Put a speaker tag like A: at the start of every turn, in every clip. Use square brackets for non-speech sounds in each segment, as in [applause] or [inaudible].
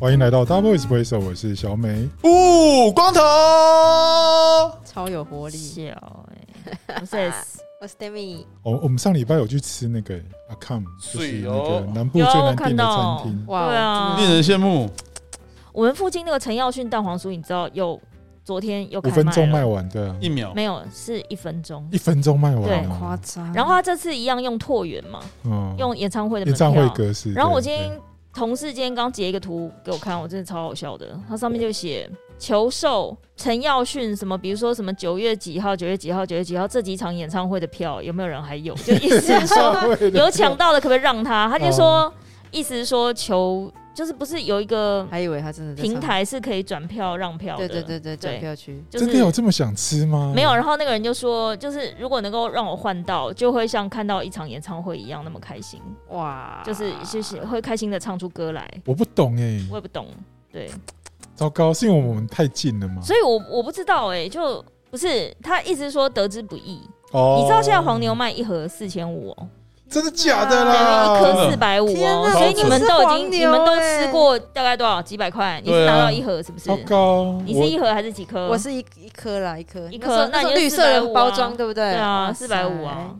A: 欢迎来到 Double Espresso，我是小美。
B: 哦，光头，
C: 超有活力。
D: 笑哎、 [laughs] 不是 S，
C: 我是 Demi，
A: 哦，我们上礼拜有去吃那个阿康，就是
B: 水
A: 那
B: 哦
A: 个南部最难订的餐
D: 有我看
A: 厅。
C: 哇
D: 对啊
B: 令人羡慕。
D: 我们附近那个陈耀迅蛋黄酥，你知道又昨天又
A: 五
D: 开
A: 分钟
D: 卖
A: 卖
D: 了，
A: 完的，
B: 一秒，
D: 没有是一分钟
A: 一。分钟卖完
D: 对
C: 真的夸
A: 哦，
C: 张。
D: 然后他这次一样用拓元嘛，
A: 嗯，
D: 用演唱会的
A: 演
D: 门
A: 唱会
D: 票。
A: 格式。
D: 然后我
A: 对
D: 今天同事今天刚截一个图给我看，我真的超好笑的。它上面就写求售陈耀迅什么，比如说什么九月几号、九月几号、九月几号这几场演唱会的票有没有人还有？就意 [laughs] 思
A: 对
D: 是说
A: 会的
D: 有抢到的可不可以让
C: 哦
D: 他？他就说意思是说求就是不是有一个
C: 还以为他真的在唱
D: 平，台是可以转票让票的，
C: 对对对对，转
D: 对
C: 票区
D: 就是
A: 真的有这么想吃吗？
D: 没有。然后那个人就说，就是如果能够让我换到，就会像看到一场演唱会一样那么开心，
C: 哇，
D: 就是就是会开心的唱出歌来。
A: 我不懂哎、
D: 我也不懂，对，
A: 糟糕，是因为我们太近了吗？
D: 所以我我不知道哎、就不是他一直说得之不易。
A: 哦
D: 你知道现在黄牛卖一盒四千五哦，
A: 真的假的
D: 等于一
A: 啦？
D: 啊颗四百五
C: 天
D: 哦，
C: 哪
D: 所以你们都已
C: 我吃黄
D: 经
C: 牛
D: 你们都
C: 欸
D: 吃过大概多少几百块？你
B: 对
D: 是
B: 啊
D: 拿到一盒是不是
A: 糟？糕，
D: 你是一盒还是几颗？
C: 我是一一颗啦，一颗
D: 一
C: 那
D: 颗
C: 时
D: 那你
C: 候
D: 就
C: 绿色的
D: 450啊
C: 包装，对不对？
D: 对啊，
C: 哇
D: 四
C: 塞
D: 百五啊，，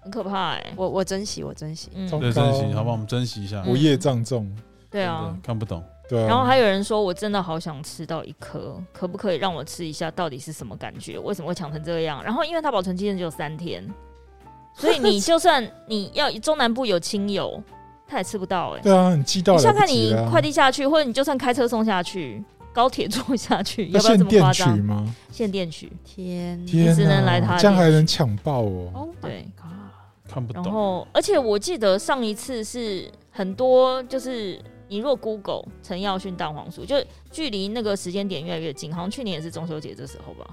D: 很可怕哎。
C: 我我珍惜，我珍惜。
D: 嗯
A: 糟糕
B: 对，珍惜，好不好？我们珍惜一下。
A: 我无业障重，
D: 对啊
B: 真的，看不懂，
A: 对啊。
D: 然后还有人说，我真的好想吃到一颗，可不可以让我吃一下？到底是什么感觉？为什么会抢成这样？然后因为它保存期限只有三天，所以
C: [laughs]
D: 你就算你要中南部有亲友，他也吃不到哎、
A: 对啊，你寄到
D: 你
A: 来
D: 想
A: 不
D: 看
A: 及
D: 你
A: 了啊。
D: 快递下去，或者你就算开车送下去， [laughs] 高铁坐下去，
A: 那
D: 要不要
A: 限
D: 这么
A: 电
D: 夸
A: 取
D: 张？
A: 吗？
D: 限电取，
C: 天，
A: 天
D: 只能
A: 哪
D: 来他的
A: 这样还
D: 店
A: 能抢爆哦！
C: Oh my
D: 对
C: God
B: 看不
D: 然
B: 懂。
D: 后，而且我记得上一次是很多，就是你若 Google 陈耀迅蛋黄酥，就距离那个时间点越来越近，好像去年也是中秋节这时候吧，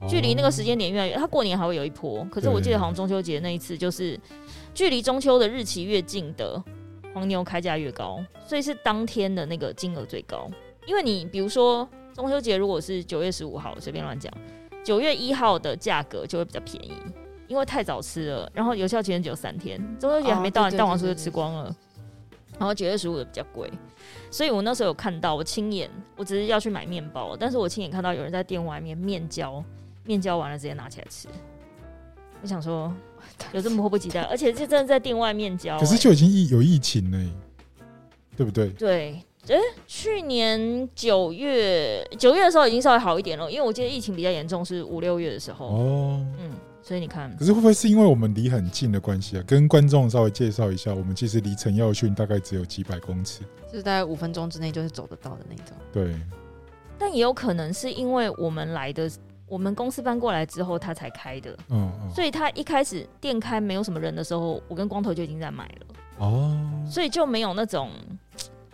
B: 哦
D: 距离那个时间点越来越，他过年还会有一波，可是我记
A: 对
D: 得好像中秋节那一次就是距离中秋的日期越近的黄牛开价越高，所以是当天的那个金额最高，因为你比如说中秋节如果是九月十五号，随便乱讲，九月一号的价格就会比较便宜。因为太早吃了，然后有效期间只有三天，中秋节还没到，
C: 哦对
D: 你
C: 对
D: 蛋黄酥
C: 对
D: 就
C: 对
D: 吃光了。然后九月十五的比较贵，所以我那时候有看到，我亲眼，我只是要去买面包，但是我亲眼看到有人在店外面面交，面交完了直接拿起来吃。我
C: [laughs]
D: 想说，有这么迫不及待，而且这真的在店外面交、
A: 可是
D: 欸
A: 就已经疫有疫情了耶，对不对？
D: 对，诶、去年九月九月的时候已经稍微好一点了，因为我记得疫情比较严重是五六月的时候，
A: 哦，
D: 嗯，所以你看
A: 可，是会不会是因为我们离很近的关系啊？跟观众稍微介绍一下，我们其实离陈耀迅大概只有几百公尺。
C: 就是大概五分钟之内就是走得到的那种。
A: 对，
D: 但也有可能是因为我们来的，我们公司搬过来之后他才开的，
B: 哦
A: 嗯嗯，
D: 所以他一开始店开没有什么人的时候，我跟光头就已经在买了，
A: 哦，
D: 所以就没有那种嘖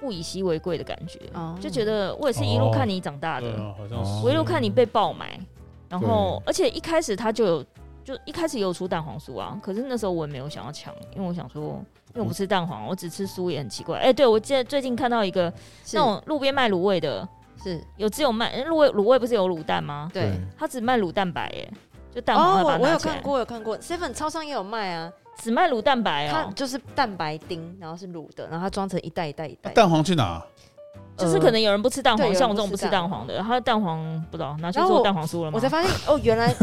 D: 物以稀为贵的感觉，
C: 哦
D: 就觉得我也是一路
B: 哦
D: 看你长大的，
B: 对啊，好像是。
D: 我一路看你被爆买，然后
A: 对
D: 而且一开始他就有，就一开始也有出蛋黄酥啊，可是那时候我也没有想要抢，因为我想说，因为我不吃蛋黄，我只吃酥也很奇怪。哎、对我记得最近看到一个
C: 是
D: 那种路边卖卤味的，
C: 是，
D: 有只有卖卤味，卤味不是有卤蛋吗？
C: 对。，
D: 他只卖卤蛋白、哎，就蛋黄
C: 哦
D: 要，把它
C: 我我
D: 拿
C: 有
D: 起来
C: 看过，我有看过，Seven 超商也有卖啊，
D: 只卖卤蛋白
C: 它
D: 哦、
C: 就是蛋白丁，然后是卤的，然后它装成一袋一袋一袋，
B: 蛋黄去哪？
D: 就是可能有人不吃蛋
C: 对有
D: 黄，
C: 人
D: 像我这种
C: 不
D: 不
C: 吃
D: 吃
C: 蛋
D: 蛋黄的，他的蛋黄不知道拿去
C: 然后
D: 做
C: 我
D: 蛋黄酥了吗？
C: 我才发现哦，原来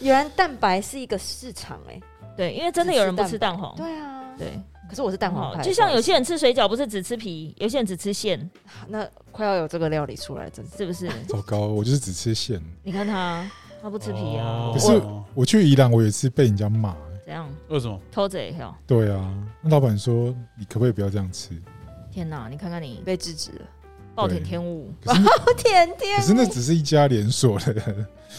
C: 原来蛋白是一个市场哎、
D: 对，因为真的有人不吃蛋黄，
C: 对啊，
D: 哦对，
C: 可是我是蛋黄派，
D: 就像有
C: 不
D: 些人吃水饺不是只吃皮，有些人只吃馅，
C: 好意思那快要有这个料理出来，真是
D: 是不是？
A: 糟糕，我就是只吃馅。
D: [laughs] 你看他，他不吃皮啊
B: 哦，
A: 可是
B: 哦
A: 我去宜兰，我也是被人家骂。
D: 怎样
B: 为什么？
D: 偷哦着也要？
A: 对啊，那老板说你可不可以不要这样吃？
D: 天哪，你看看你
C: 被制止了。
D: 暴殄天物， [laughs]
A: 可是
C: 甜甜
A: 可是
D: 哎
A: 那只是一家连锁的，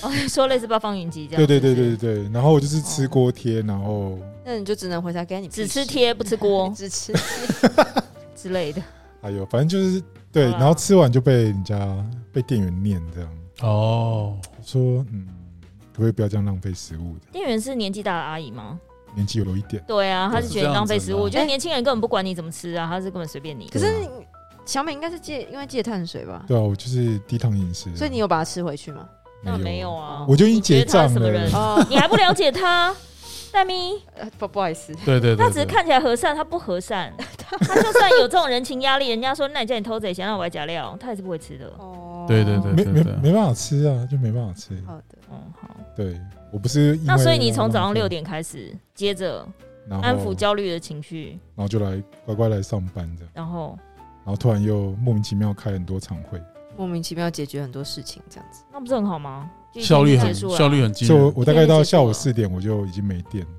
D: 哦，说类似八方云集这样，
A: 对对对
D: 是不
A: 对
D: 是，
A: 对。然后我就是吃锅贴，然后
C: 那你就只能回答给你
D: 只吃贴不吃锅
C: [laughs] 只吃
D: 之类的，
A: 哎呦，反正就是
D: 嗯
A: 对，然后吃完就被人家被店员念这样。
B: 哦，
A: 说，嗯，可不可以不要这样浪费食物的？
D: 店员是年纪大的阿姨吗？
A: 年纪有一点，
D: 对啊，他是
B: 是
D: 觉
B: 这
D: 得
B: 样
D: 浪费
B: 子
D: 食
B: 的
D: 物。
B: 啊
D: 我觉得年轻人根本不管你怎么吃啊，他是根本随便你。
C: 可是你小美应该是戒，因为戒碳水吧，
A: 对啊，我就是低糖饮食啊，
C: 所以你有把它吃回去吗？
D: 那没有啊，
A: 我就已经
D: 你觉
A: 结
D: 得他
A: 账
D: [laughs] 是什么
A: 了
D: 人。
C: 哦， [laughs]
D: 你还不了解他？黛咪，
E: 呃，不不好意思，
B: 对对对，
D: 他只是
B: 对
D: 看起来和善，他不和善。他就算有这种人情压力，人家说那你叫你偷贼钱，让我来假料，他也是不会吃的。
E: 哦
B: 对对对
A: 没没
B: 对
A: 没办法吃啊，就没办法吃。
E: 好的，
D: 嗯，好。
A: 对我不是因
D: 那
A: 为
D: 所以你
A: 要
D: 从早上
B: 嗯
A: 浪
D: 六
A: 费，
D: 点开始，接着
A: 然后
D: 安抚焦虑的情绪，
A: 然后就来乖乖来上班这样，
D: 然后
A: 然后突然又莫名其妙开很多场会，
E: 莫名其妙解决很多事情这样子。
D: 那不是很好吗？就已经
B: 效率
D: 结
B: 很
D: 束了
B: 效。率很惊
A: 所以我
B: 人，
A: 我大概到下午
D: 天气
A: 四点我就已经没电了。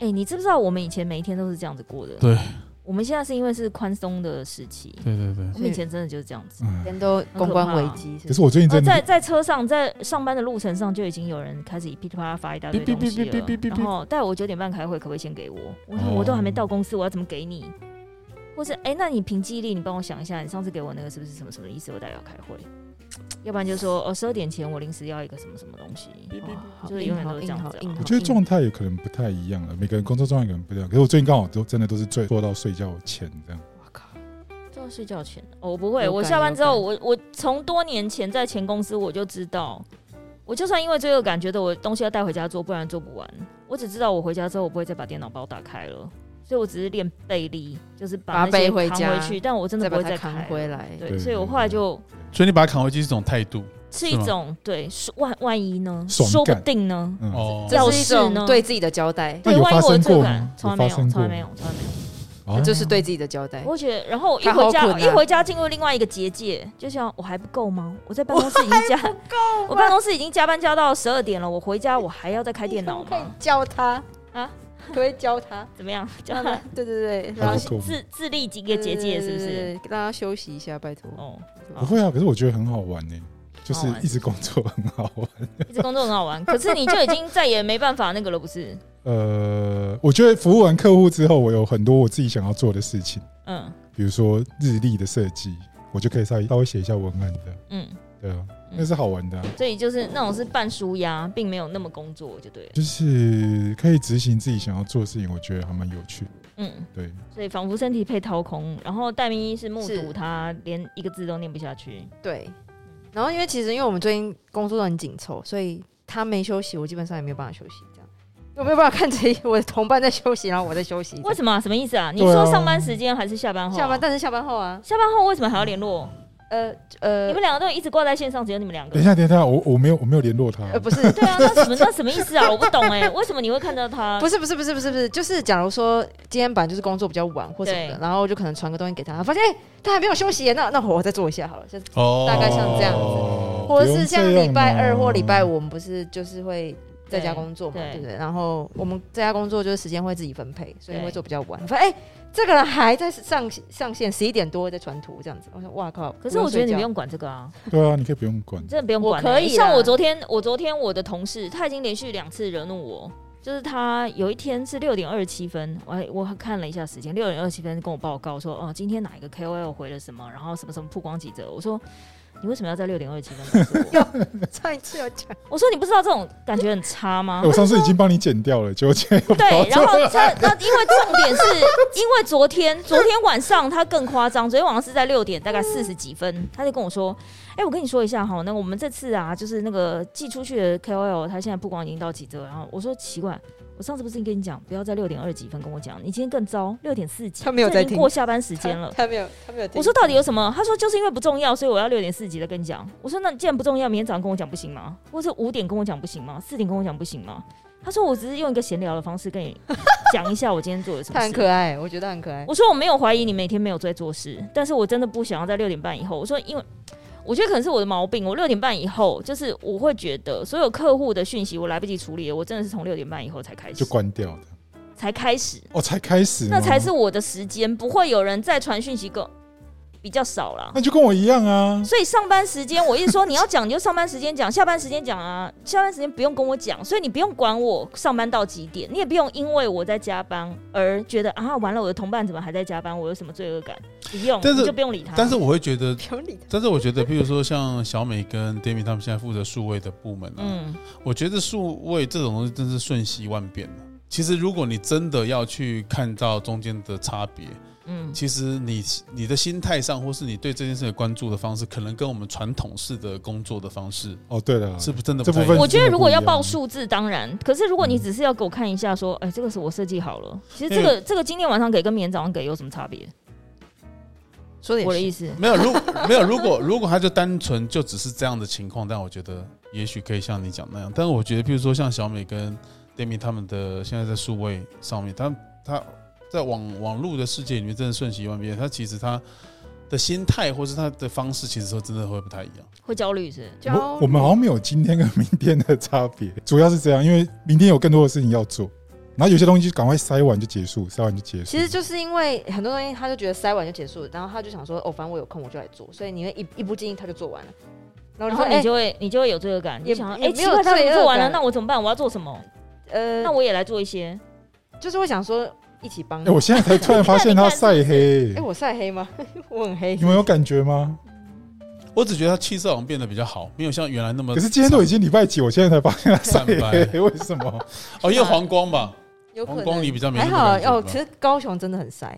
D: 哎、你知不知道我们以前每一天都是这样子过的？
B: 对
D: 我们现在是因为是宽松的时期，
B: 对对对，
D: 我们以前真的就是这样子。
A: 嗯，
E: 人都公关危机，
A: 可是
E: 我
A: 我
B: 哦
A: 最近
D: 呃，
A: 真
D: 在
A: 的
D: 在车上，在上班的路程上，就已经有人开始噼里啪啦发一大堆东西了
B: 哔哔哔哔哔哔哔。哔
D: 然后，但我九点半开会，可不可以先给我？我
A: 哦
D: 我都还没到公司，我要怎么给你？
B: 嗯
D: 或是哎、诶那你凭记忆力，你帮我想一下，你上次给我那个是不是什么什么意思？我待会要开会。要不然就说哦，十二点前我临时要一个什么什么东西，
C: 哦
E: 好
D: 就是
E: 硬
D: 永远
E: 好
D: 都是这
E: 硬
D: 样
E: 好
D: 子啊
E: 硬
A: 我
E: 好
A: 觉得
E: 硬
A: 状态也可能不太一样了，每个人工作状态可能不一样。可是我最近刚好都真的都是睡做到睡觉前这样，
E: 哇靠，
D: 都要睡觉前。哦我不会，
E: 有感
D: 我下班之后，我我从多年前在前公司我就知道，我就算因为罪恶感觉得我东西要带回家做，不然做不完。我只知道我回家之后我不会再把电脑包打开了，所以我只是练背力，就是
E: 把
D: 把那些
E: 背回
D: 扛
E: 家
D: 回去，但我真的
E: 再
D: 不
E: 把它
D: 会开
E: 扛
D: 了。
E: 回来。
D: 对，
A: 对
D: 所以我后来就
B: 所以你把它扛回去是一种态度
D: 是
B: 是
D: 一
B: 吗
D: 种对，说万万一呢，
A: 爽
D: 说不
A: 感
D: 定呢，
A: 嗯，
B: 哦，
D: 要
E: 这是一
D: 要
E: 种
D: 是呢
E: 对自己的交代，
A: 那
D: 对，
A: 有
D: 万一
A: 发
D: 我有
A: 生
D: 罪恶
A: 过
D: 感
A: 吗？，
D: 从来没
A: 发
D: 有，
A: 生
D: 从
A: 过
D: 来没有，从来没有。
A: 哦
E: 这就是对自己的交代。
D: 我觉得，然后一
E: 哎他
D: 回
E: 好
D: 家
E: 困啊
D: 一回家进入另外一个结界，就想我还不够吗？我在办
E: [laughs]
D: 公室已经加，我办公室已经加班加到十二点了，我回家我还要再开电
E: [laughs]
D: 脑吗？
E: 教他
D: 啊？
E: 可不可以教他？
D: [laughs] 怎么样？
E: [laughs]
D: 就
E: 让他对对对，
A: 还
E: 让
A: 不
E: 他
A: 够吗
D: 自自立几个结界是
E: 对？
D: 不
E: 对
D: 是？
E: 对对让他休息一下，拜托。
D: 哦，
A: 不会啊，可是我觉得很好玩呢、就是
D: 好玩
A: 一直工作很好玩。 [laughs]
D: 一直工作很好玩，可是你就已经再也没办法那个了，不是？
A: 呃，我觉得服务完客户之后，我有很多我自己想要做的事情，
D: 嗯
A: 比如说日历的设计，我就可以稍微稍微写一下文案的，
D: 嗯，
A: 对啊，
D: 嗯
A: 那是好玩的啊、
D: 所以就是那种是半舒压，并没有那么工作，就对了。
A: 就是可以执行自己想要做的事情，我觉得还蛮有趣的。
D: 嗯，
A: 对，
D: 所以仿佛身体被掏空，然后戴明一是目睹
E: 是
D: 他连一个字都念不下去。
E: 对。然后因为其实因为我们最近工作都很紧凑，所以他没休息，我基本上也没有办法休息，这样我没有办法看着我的同伴在休息，然后我在休息。
D: 为什么啊？什么意思啊？你
A: 对啊
D: 说上班时间还是下班后啊？
E: 下班，但是下班后啊，
D: 下班后为什么还要联络？
E: 呃
D: 你
E: 呃
D: 们两个都一直挂在线上，只有你们两
A: 等
D: 个
A: 一。下，等一下，我我没有我没有联络他，
E: 呃，不是，
D: 对啊，那什么那什么意思啊？我不懂
A: [laughs]
D: 哎、为什么你会看到他？
E: 不是不是不是不是不是，就是假如说今天本来就是工作比较晚或什么的，
D: 对
E: 然后我就可能传个东西给他，发现哎、他还没有休息耶，那那我再做一下好了，下次
B: 哦，
E: 大概像这样子
B: 子
E: 或者是像礼拜二或礼拜
A: 五，
E: 五，我们不是就是会在家工作嘛，
D: 对
E: 对不对？然后我们在家工作就是时间会自己分配，所以
D: 对
E: 会做比较晚。发现哎，这个人还在上上线，十一点多在传图这样子，我说哇靠！
D: 可是我觉得你不
E: 用
D: 用管这个啊，
A: 对啊，你可以不用管
D: 你。真的不用管欸、
E: 我可以啦
D: 像我昨天，我昨天我的同事他已经连续两次惹怒我，就是他有一天是六点二十七分，我还我还看了一下时间，六点二十七分跟我报告说，哦，今天哪一个 KOL 回了什么，然后什么什么曝光几折。我说你为什么要在六点二十七分告诉我？
E: [laughs] 睡觉上一次有讲，
D: 我说你不知道这种感觉很差吗
A: 哎？ [laughs] 我上次已经帮你剪掉了，结果今天又跑
D: [laughs] 对，
A: 出
D: 然后
A: 来
D: 他那因为重点是因为昨天昨天晚上他更夸张，昨天晚上是在六点大概四十几分，他就跟我说：“哎、我跟你说一下哈，那我们这次啊，就是那个寄出去的 KOL，他现在曝光已经到几折？”然后我说：“奇怪，我上次不是跟你讲不要在六点二几分跟我讲，你今天更糟，六点四几，
E: 他没有
D: 这
E: 在
D: 已经
E: 听
D: 过下班时
E: [laughs]
D: 间了。”
E: 他没有他没有听，
D: 我说到底有什么？他说就是因为不重要，所以我要六点四十几的跟你讲。我说那既然不重要，明天早上跟我讲不行吗？或是五点跟我讲不行吗？四点跟我讲不行吗？他说我只是用一个闲聊的方式跟你讲一下我今天做了什么
E: 他
D: 事。
E: 很可爱，我觉得很可爱。
D: 我说我没有怀疑你每天没有在做事，但是我真的不想要在六点半以后。我说因为。我觉得可能是我的毛病，我六点半以后，就是我会觉得所有客户的讯息我来不及处理，我真的是从六点半以后才开
A: 就
D: 始，
A: 关掉的。
D: 才开始，
A: 哦，才开始吗，
D: 那才是我的时间，不会有人再传讯息给我，比较少啦。
A: 那就跟我一样啊。
D: 所以上班时间，我一直说你要讲你就上班时间讲，下班时间讲啊， [laughs] 下班时间不用跟我讲，所以你不用管我上班到几点，你也不用因为我在加班而觉得啊，完了我的同伴怎么还在加班，我有什么罪恶感？不用，
B: 但是
D: 你就不用理他。
B: 但是我会觉
D: 嗯
B: 得，
E: 不用理他，
B: 但是我觉得，譬如说像小美跟 Demi 他们现在负责数位的部门啊，
D: 嗯，
B: 我觉得数位这种东西啊真是瞬息万变的。其实，如果你真的要去看到中间的差别，
D: 嗯，
B: 其实你你的心态上，或是你对这件事的关注的方式，可能跟我们传统式的工作的方式
A: 哦，对了，
B: 是不真的
A: 这
B: 不太
A: 部分
B: 一样
D: 我觉得如果要
A: 真的不一样
D: 报数字，当然，可是如果你只是要给我看一下，说，哎、这个是我设计好了，其实这个这个今天晚上给跟明天早上给有什么差别？
E: 说的
D: 我的
E: 也
D: 意
E: 是，
D: 思，
B: 没有，如没有，如果如果他就单纯就只是这样的情况，但我觉得也许可以像你讲那样。但是我觉得，譬如说像小美跟 Demi 他们的现在在数位上面，他他在网网络的世界里面真的瞬息万变，他其实他的心态或是他的方式，其实说真的会不太一
E: [laughs]
B: 样。
D: 会焦虑是不是
A: 我我们好像没有今天跟明天的差别， [laughs] 主要是这样，因为明天有更多的事情要做，然后有些东西就赶快塞完就结束，塞完就结束。
E: 其实就是因为很多东西，他就觉得塞完就结束了，然后他就想说，哦，反正我有空我就来做，所以你会一一不经意他就做完了，然
D: 然
E: 后
D: 后你
E: 你就说
D: 就会、你就会有罪恶感，你
E: 也
D: 想
E: 也
D: 哎，
E: 没
D: 奇
E: 有
D: 怪，他们
E: 罪恶
D: 做完了，
E: 感
D: 那我怎么办？我要做什么？
E: 哎
D: 那我也来做一些。
E: 呃，就是会想说一起帮
A: 哎、
E: 你。
A: 我现在才突然发现
E: [laughs]
A: 他晒黑
E: 哎，，我晒黑吗？ [laughs] 我很黑
A: 你，们有感觉吗？
B: 我只觉得他气色好像变得比较好，没有像原来那么。
A: 可是今天都已经礼拜几，我现在才发现他
E: 啊
A: 晒
B: 散
A: [laughs]
B: 白
A: 黑，为什么？
B: 哦，因为黄光吧，
E: 有可
B: 黄光你
E: 能
B: 比较没那
E: 还
B: 么
E: 好
B: 感觉
E: 哦。
B: 吧
E: 其实高雄真的很晒，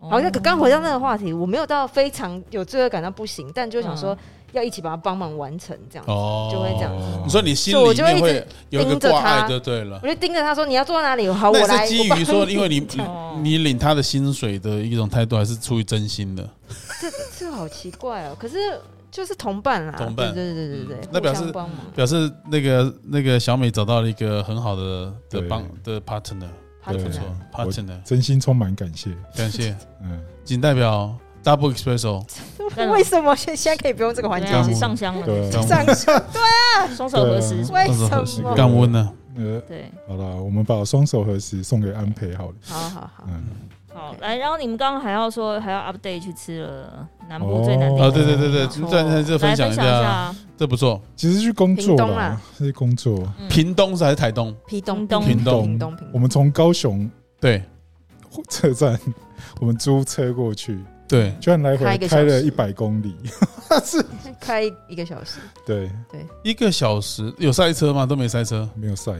D: 哦
E: 好像刚回到那个话题，我没有到非常有罪恶感到不行，但就想说
D: 嗯
E: 要一起把它帮忙完成这样。
B: 哦，
E: 就会这样
A: 子
B: 你说你心
E: 所以我
B: 里
E: 就会
B: 面
E: 一直
B: 会有一个
E: 盯着
B: 挂
E: 他
B: 碍，就对了。
E: 我就盯着他说：“你要做到哪里？好，我
B: 那
E: 来。
B: 是”基
E: 我帮
B: 于说，因为你你
D: 哦
B: 你领他的薪水的一种态度，还是出于真心的，
E: 这这好奇怪哦。可是就是同伴啦，
B: 同伴
E: 对对对对对
B: 嗯
E: 对，
B: 那表
E: 互相
B: 示
E: 帮忙。
B: 表示那个那个小美找到了一个很好的的
A: 对
B: 帮的 partner，
E: 他
A: 对
B: 不
E: 真
B: 错
E: 的
B: partner，
A: 真心充满感谢，
B: 感谢，
A: 嗯，
B: 仅代表 Double Espresso，
D: 真的
E: 为什么现现在可以不用这个环
D: 怎么
E: 节？
D: 样
E: 其
A: 对
E: 实
D: 啊上香了，
A: 对，
B: 干
E: 上手
D: 双手合十
A: 对啊。
E: 为
B: 到时候
E: 什
A: 么
B: 干温呢？
A: 呃，
D: 对，
A: 好了，我们把双手合十送给安培好了，
E: 好好好，
A: 嗯，
D: 好
E: OK
D: 来，然后你们刚刚还要说还要 update 去吃了南部最难
A: 哦
D: 的
B: 啊，对对对对，
D: 没错
B: 这这这分享
D: 来分
B: 一
D: 享一
B: 下，
D: 下，
B: 这不错。
A: 其实去工作
E: 屏东啊
A: 啦
E: 啦，
A: 是工作。
D: 嗯
B: 屏东是还是台东？
E: 屏
D: 屏
E: 东
D: 东
B: 屏东
E: 屏东屏
A: 我
E: 东，
A: 们从高雄
B: 对
A: 火车站，我们租车过去，
B: 对，
A: 居然来回
E: 开一个小
A: 开
E: 时
A: 了一百公里， [laughs] 是，
E: 开一个小时，
A: 对，
B: 一个小时有塞车吗？都没塞车。
A: 没有晒，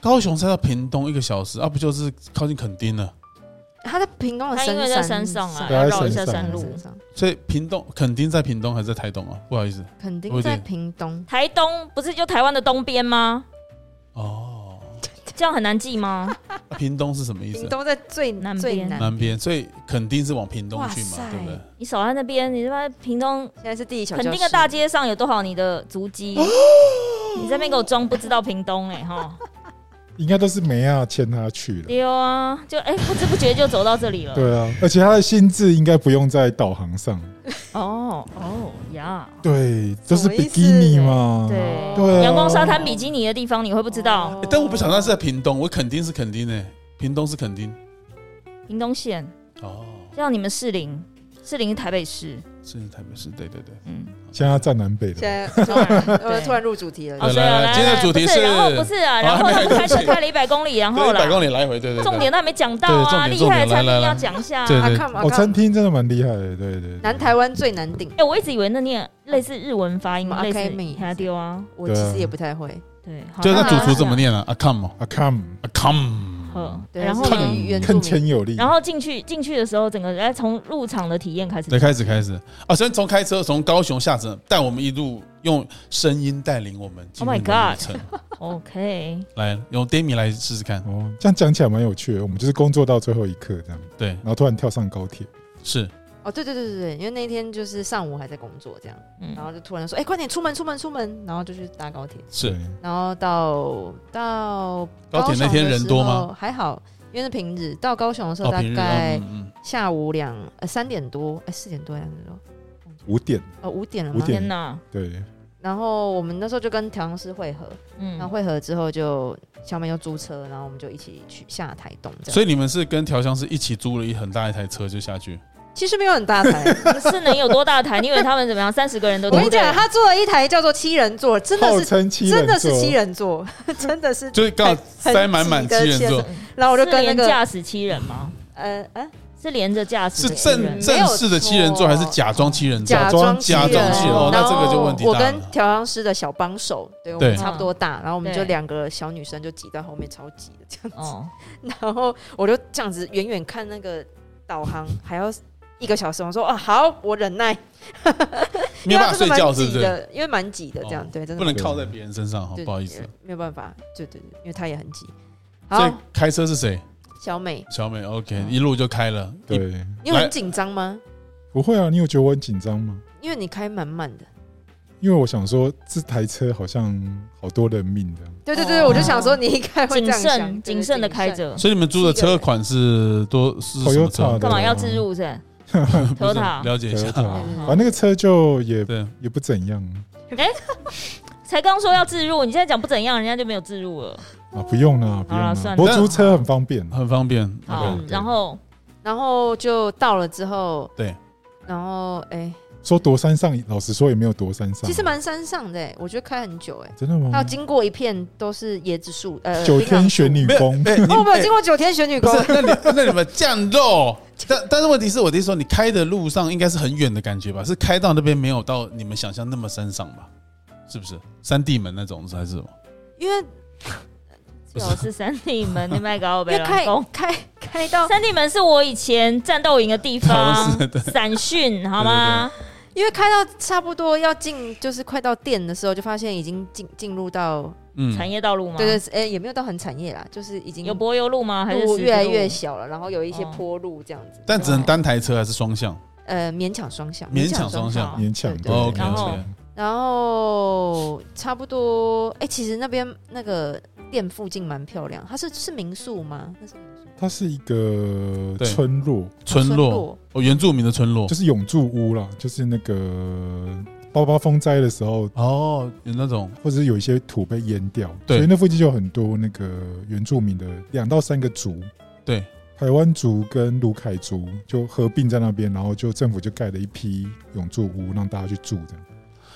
B: 高雄塞到屏东一个小时，啊，不就是靠近垦丁了？
E: 他在屏东的
D: 他
E: 山
D: 因为在山上啊，
A: 对
D: 要
A: 在
D: 绕一下
A: 山上
D: 山路。
E: 山上
B: 所以屏东垦丁在屏东还是在台东啊？不好意思，
E: 肯
B: 我有点
E: 定在屏东。
D: 台东不是就台湾的东边 [laughs] 吗？
B: 哦，
D: 这样很难记吗？
B: 啊屏东是什么意思
E: 屏
B: 啊？
E: 东在最
D: 南边
E: 最南，
B: 南边，所以垦丁是往屏东去嘛
E: 哇，塞
B: 对不对？
D: 你守在那边，你他妈屏东
E: 现在是第一小
D: 肯
E: 教
D: 定
E: 室
D: 的。大街上有多少你的足迹？你这边给我装不知道屏东哎、哈，
A: 应该都是梅亚牵他去了。
D: 丢啊，就哎、不知不觉就走到这里了。
A: 对啊，而且他的心智应该不用在导航上，
D: 哦哦呀，
A: 对，都是
E: 什么意
A: 比
E: 思
A: 基尼
B: 哦
A: 嘛，
D: 对
A: 对啊
D: 阳光沙滩比基尼的地方你会不知道？
E: 哦
B: 诶但我不晓得那是在屏东，我垦丁是垦丁呢，屏东是垦丁。
D: 屏东县，
B: 哦，
D: 像你们士林，士林是台北市，
B: 是台北市，对对对。
D: 嗯，
A: 现在他站南北了，
E: 现在突
D: [laughs]
E: 然呃突然入主题了
B: 来，
D: 哦，所以啊
B: 来
D: 来
B: 今天的
D: 来
B: 主题
D: 不
B: 是
D: 是，然后不是啊，然后
B: 还
D: 他
B: 没
D: 们开车开了一百公里，然后
B: 一百
D: 啦，
B: 公里来回，对对对。
D: 重点都还没讲到
B: 对
D: 啊，
B: 重点
D: 厉害的
B: 重点
D: 餐
B: 来来
D: 厅
B: 来
D: 要讲一下啊。
B: 对
E: 啊
B: 对
E: 看嘛
A: 哦，
E: 看
A: 餐厅真的蛮厉害的，对对对。
E: 南台湾最难定
D: 哎、，我一直以为那念类似日文发音，
E: 什么
D: 类似
E: Academy
D: 还丢啊，
E: 我其实也不太会。
D: 对，好
B: 就那主厨
D: 那
B: 怎么念啊？啊，come
A: 啊，come，
B: 啊，come。
D: 好，
E: 对
D: 然后
E: 是
D: 呢？
E: 以原住
A: 更
E: 民
A: 牵有力。
D: 然后进去进去的时候，整个哎从入场的体验开始
B: 对，，开始开始啊！先从开车从高雄下车，带我们一路用声音带领我们进
D: Oh
B: 入
D: my
B: 旅
D: God
B: 程。 [laughs]
D: OK，
B: 来，用 Demi 来试试看。
A: 哦，这样讲起来蛮有趣的。我们就是工作到最后一刻这样，
B: 对，
A: 然后突然跳上高铁，
B: 是
E: 哦，对对对对对，因为那天就是上午还在工作这样，
D: 嗯
E: 然，后就突然说，哎，快点出门出门出门，然后就去搭高铁，
B: 是
A: 对，
E: 然后到到
B: 高铁那天人多吗？？
E: 还好，因为是平日。到高雄的时候
B: 哦，
E: 大
B: 平日
E: 概
B: 嗯嗯，
E: 下午两呃三点多，哎四点多两点多，
A: 五点，
E: 呃五点了
A: 五
E: 吗？
B: 嗯
A: 点
D: 天哪，
A: 对，
E: 然后我们那时候就跟调香师会合，
D: 嗯
E: 然后，会合之后就小美又租车，然后我们就一起去下台东这样。
B: 所以你们是跟调香师一起租了一很大一台车就下去，
E: 其实没有很大台，
B: [laughs]
D: [laughs] 是能有多大台？你以为他们怎么样？三十个人都
E: 我跟你
D: 对
E: 讲，他坐了一台叫做七人座，真
A: 号
E: 的是
A: 称七人座
E: 真的是七，人座， [laughs] 真的是。
B: 就是刚好
E: 很
B: 塞满满
E: 挤
B: 七
E: 的
B: 人
E: 切
B: 座
E: 车，然后我就是跟那
D: 连
E: 个
D: 驾驶七人吗？
E: 呃呃
D: 是连着驾驶
B: 是
D: 的七
B: 正
D: 人，
E: 没
B: 正
E: 有
B: 式的七人座还是
E: 错
B: 假装七人座？
E: 假
A: 装
E: 装
A: 七
B: 假装
E: 人
B: 七人座，那
E: 然
B: 这个就
E: 后
B: 问题
E: 我
B: 大
E: 跟
B: 了。
E: 调香师的小帮手，对我
B: 对
E: 们差不多大，然后我们就
D: 对
E: 两个小女 [laughs] 生就挤到后面，超挤的这样子。
D: 哦，
E: 然后我就这样子远远看那个导航还要一个小时。我说哦，好，我忍耐，
B: 没
E: 因为
B: 有
E: 它
B: 办法
E: 真
B: 睡
E: 的蛮
B: 觉，是不
E: 挤
B: 是？
E: 的，因为蛮挤的，这样
B: 哦
E: 对，真
B: 不
E: 的
B: 能靠在别人身上，好哦
E: 对
B: 不好意思。
E: 没有办法，对对对，因为他也很挤。
B: 所以
E: 好，
B: 开车是谁？
E: 小美，
B: 小美，OK，
E: 嗯
B: 一路就开了。
A: 对，
B: 一，
E: 你有很
B: 来
E: 紧张吗？
A: 不会啊，你有觉得我很紧张吗？
E: 因为你开满满的。
A: 因为我想说这台车好像好多人命的，
E: 对对对，我就想说你应该会这
D: 谨
E: 样想对
D: 慎
E: 对
D: 谨慎的开着，
B: 所以你们租的车款是多是什么
A: Toyota
B: 车
A: 的？
D: 干嘛要自入是吧
B: [laughs] 不是
D: ？Toyota
B: 了解一下。
A: Toyota
E: 嗯
A: 反正那个车就也
B: 对，
A: 也不怎样
D: 才刚说要自入，你现在讲不怎样，人家就没有自入了。
A: 啊，不用啦，不用
D: 好
A: 啦
D: 啦算，了
A: 不过租车很方便，
B: 很方便。
D: 好
B: OK，，
D: 然后
E: 然后就到了之后，
B: 对，
E: 然后哎，
A: 说夺山上，老实说也没有夺山上，
E: 其实蛮山上的，我觉得开很久哎，
A: 真的
B: 嗯
E: 还
A: 吗
E: 有？经过一片都是椰子树，呃，
A: 九
E: 槟榔
A: 天
E: 树
A: 玄女宫，
B: 哎，你
E: 哦，我没有
B: 哎
E: 经过九天玄女
B: 不
E: 宫，
B: 是，那你 [laughs] 那你们降
E: [laughs]
B: 肉，但但是问题是我的意思说，你开的路上应该是很远的感觉吧？是开到那边没有到你们想象那么山上吧？是不是山地门那种还是什么？
E: 因
D: [laughs]
E: 为
B: 不是
D: 九十三地门那麦高
E: 因
D: 北
E: 为
B: [laughs]
E: 开
D: 龙 [laughs]
E: 开开到，
D: 三地门是我以前战斗营的
B: [laughs]
D: 地方
B: 不是，对
D: 散训好吗？
E: [laughs] 因为开到差不多要进，就是快到店的时候，就发现已经进进入到，
B: 嗯，
D: 产业道路吗？
E: 对对，哎，也没有到很产业啦，就是已经
D: 有柏油路吗？还是
E: 路
D: 石
E: 越来
D: 子
E: 越
D: 路
E: 小了，然后有一些
D: 哦
E: 坡路这样子，
B: 但只能单台车还是双向？
E: 呃勉强双向，
B: 勉强双向
A: 勉强对
E: 对对
B: 哦 OK，
D: 然后
B: OK
E: 然后差不多，哎、其实那边那个店附近蛮漂亮，它是是民宿吗？那是
A: 它是一个
B: 对
A: 村落，
B: 村
E: 村
B: 落
E: 落
B: 哦，原住民的村落
A: 就是永住屋啦，就是那个八八风灾的时候，
B: 哦，有那种
A: 或者是有一些土被淹掉，
B: 对
A: 所以那附近就有很多那个原住民的两到三个族，
B: 对，
A: 台湾族跟卢凯族就合并在那边，然后就政府就盖了一批永住屋让大家去住这样。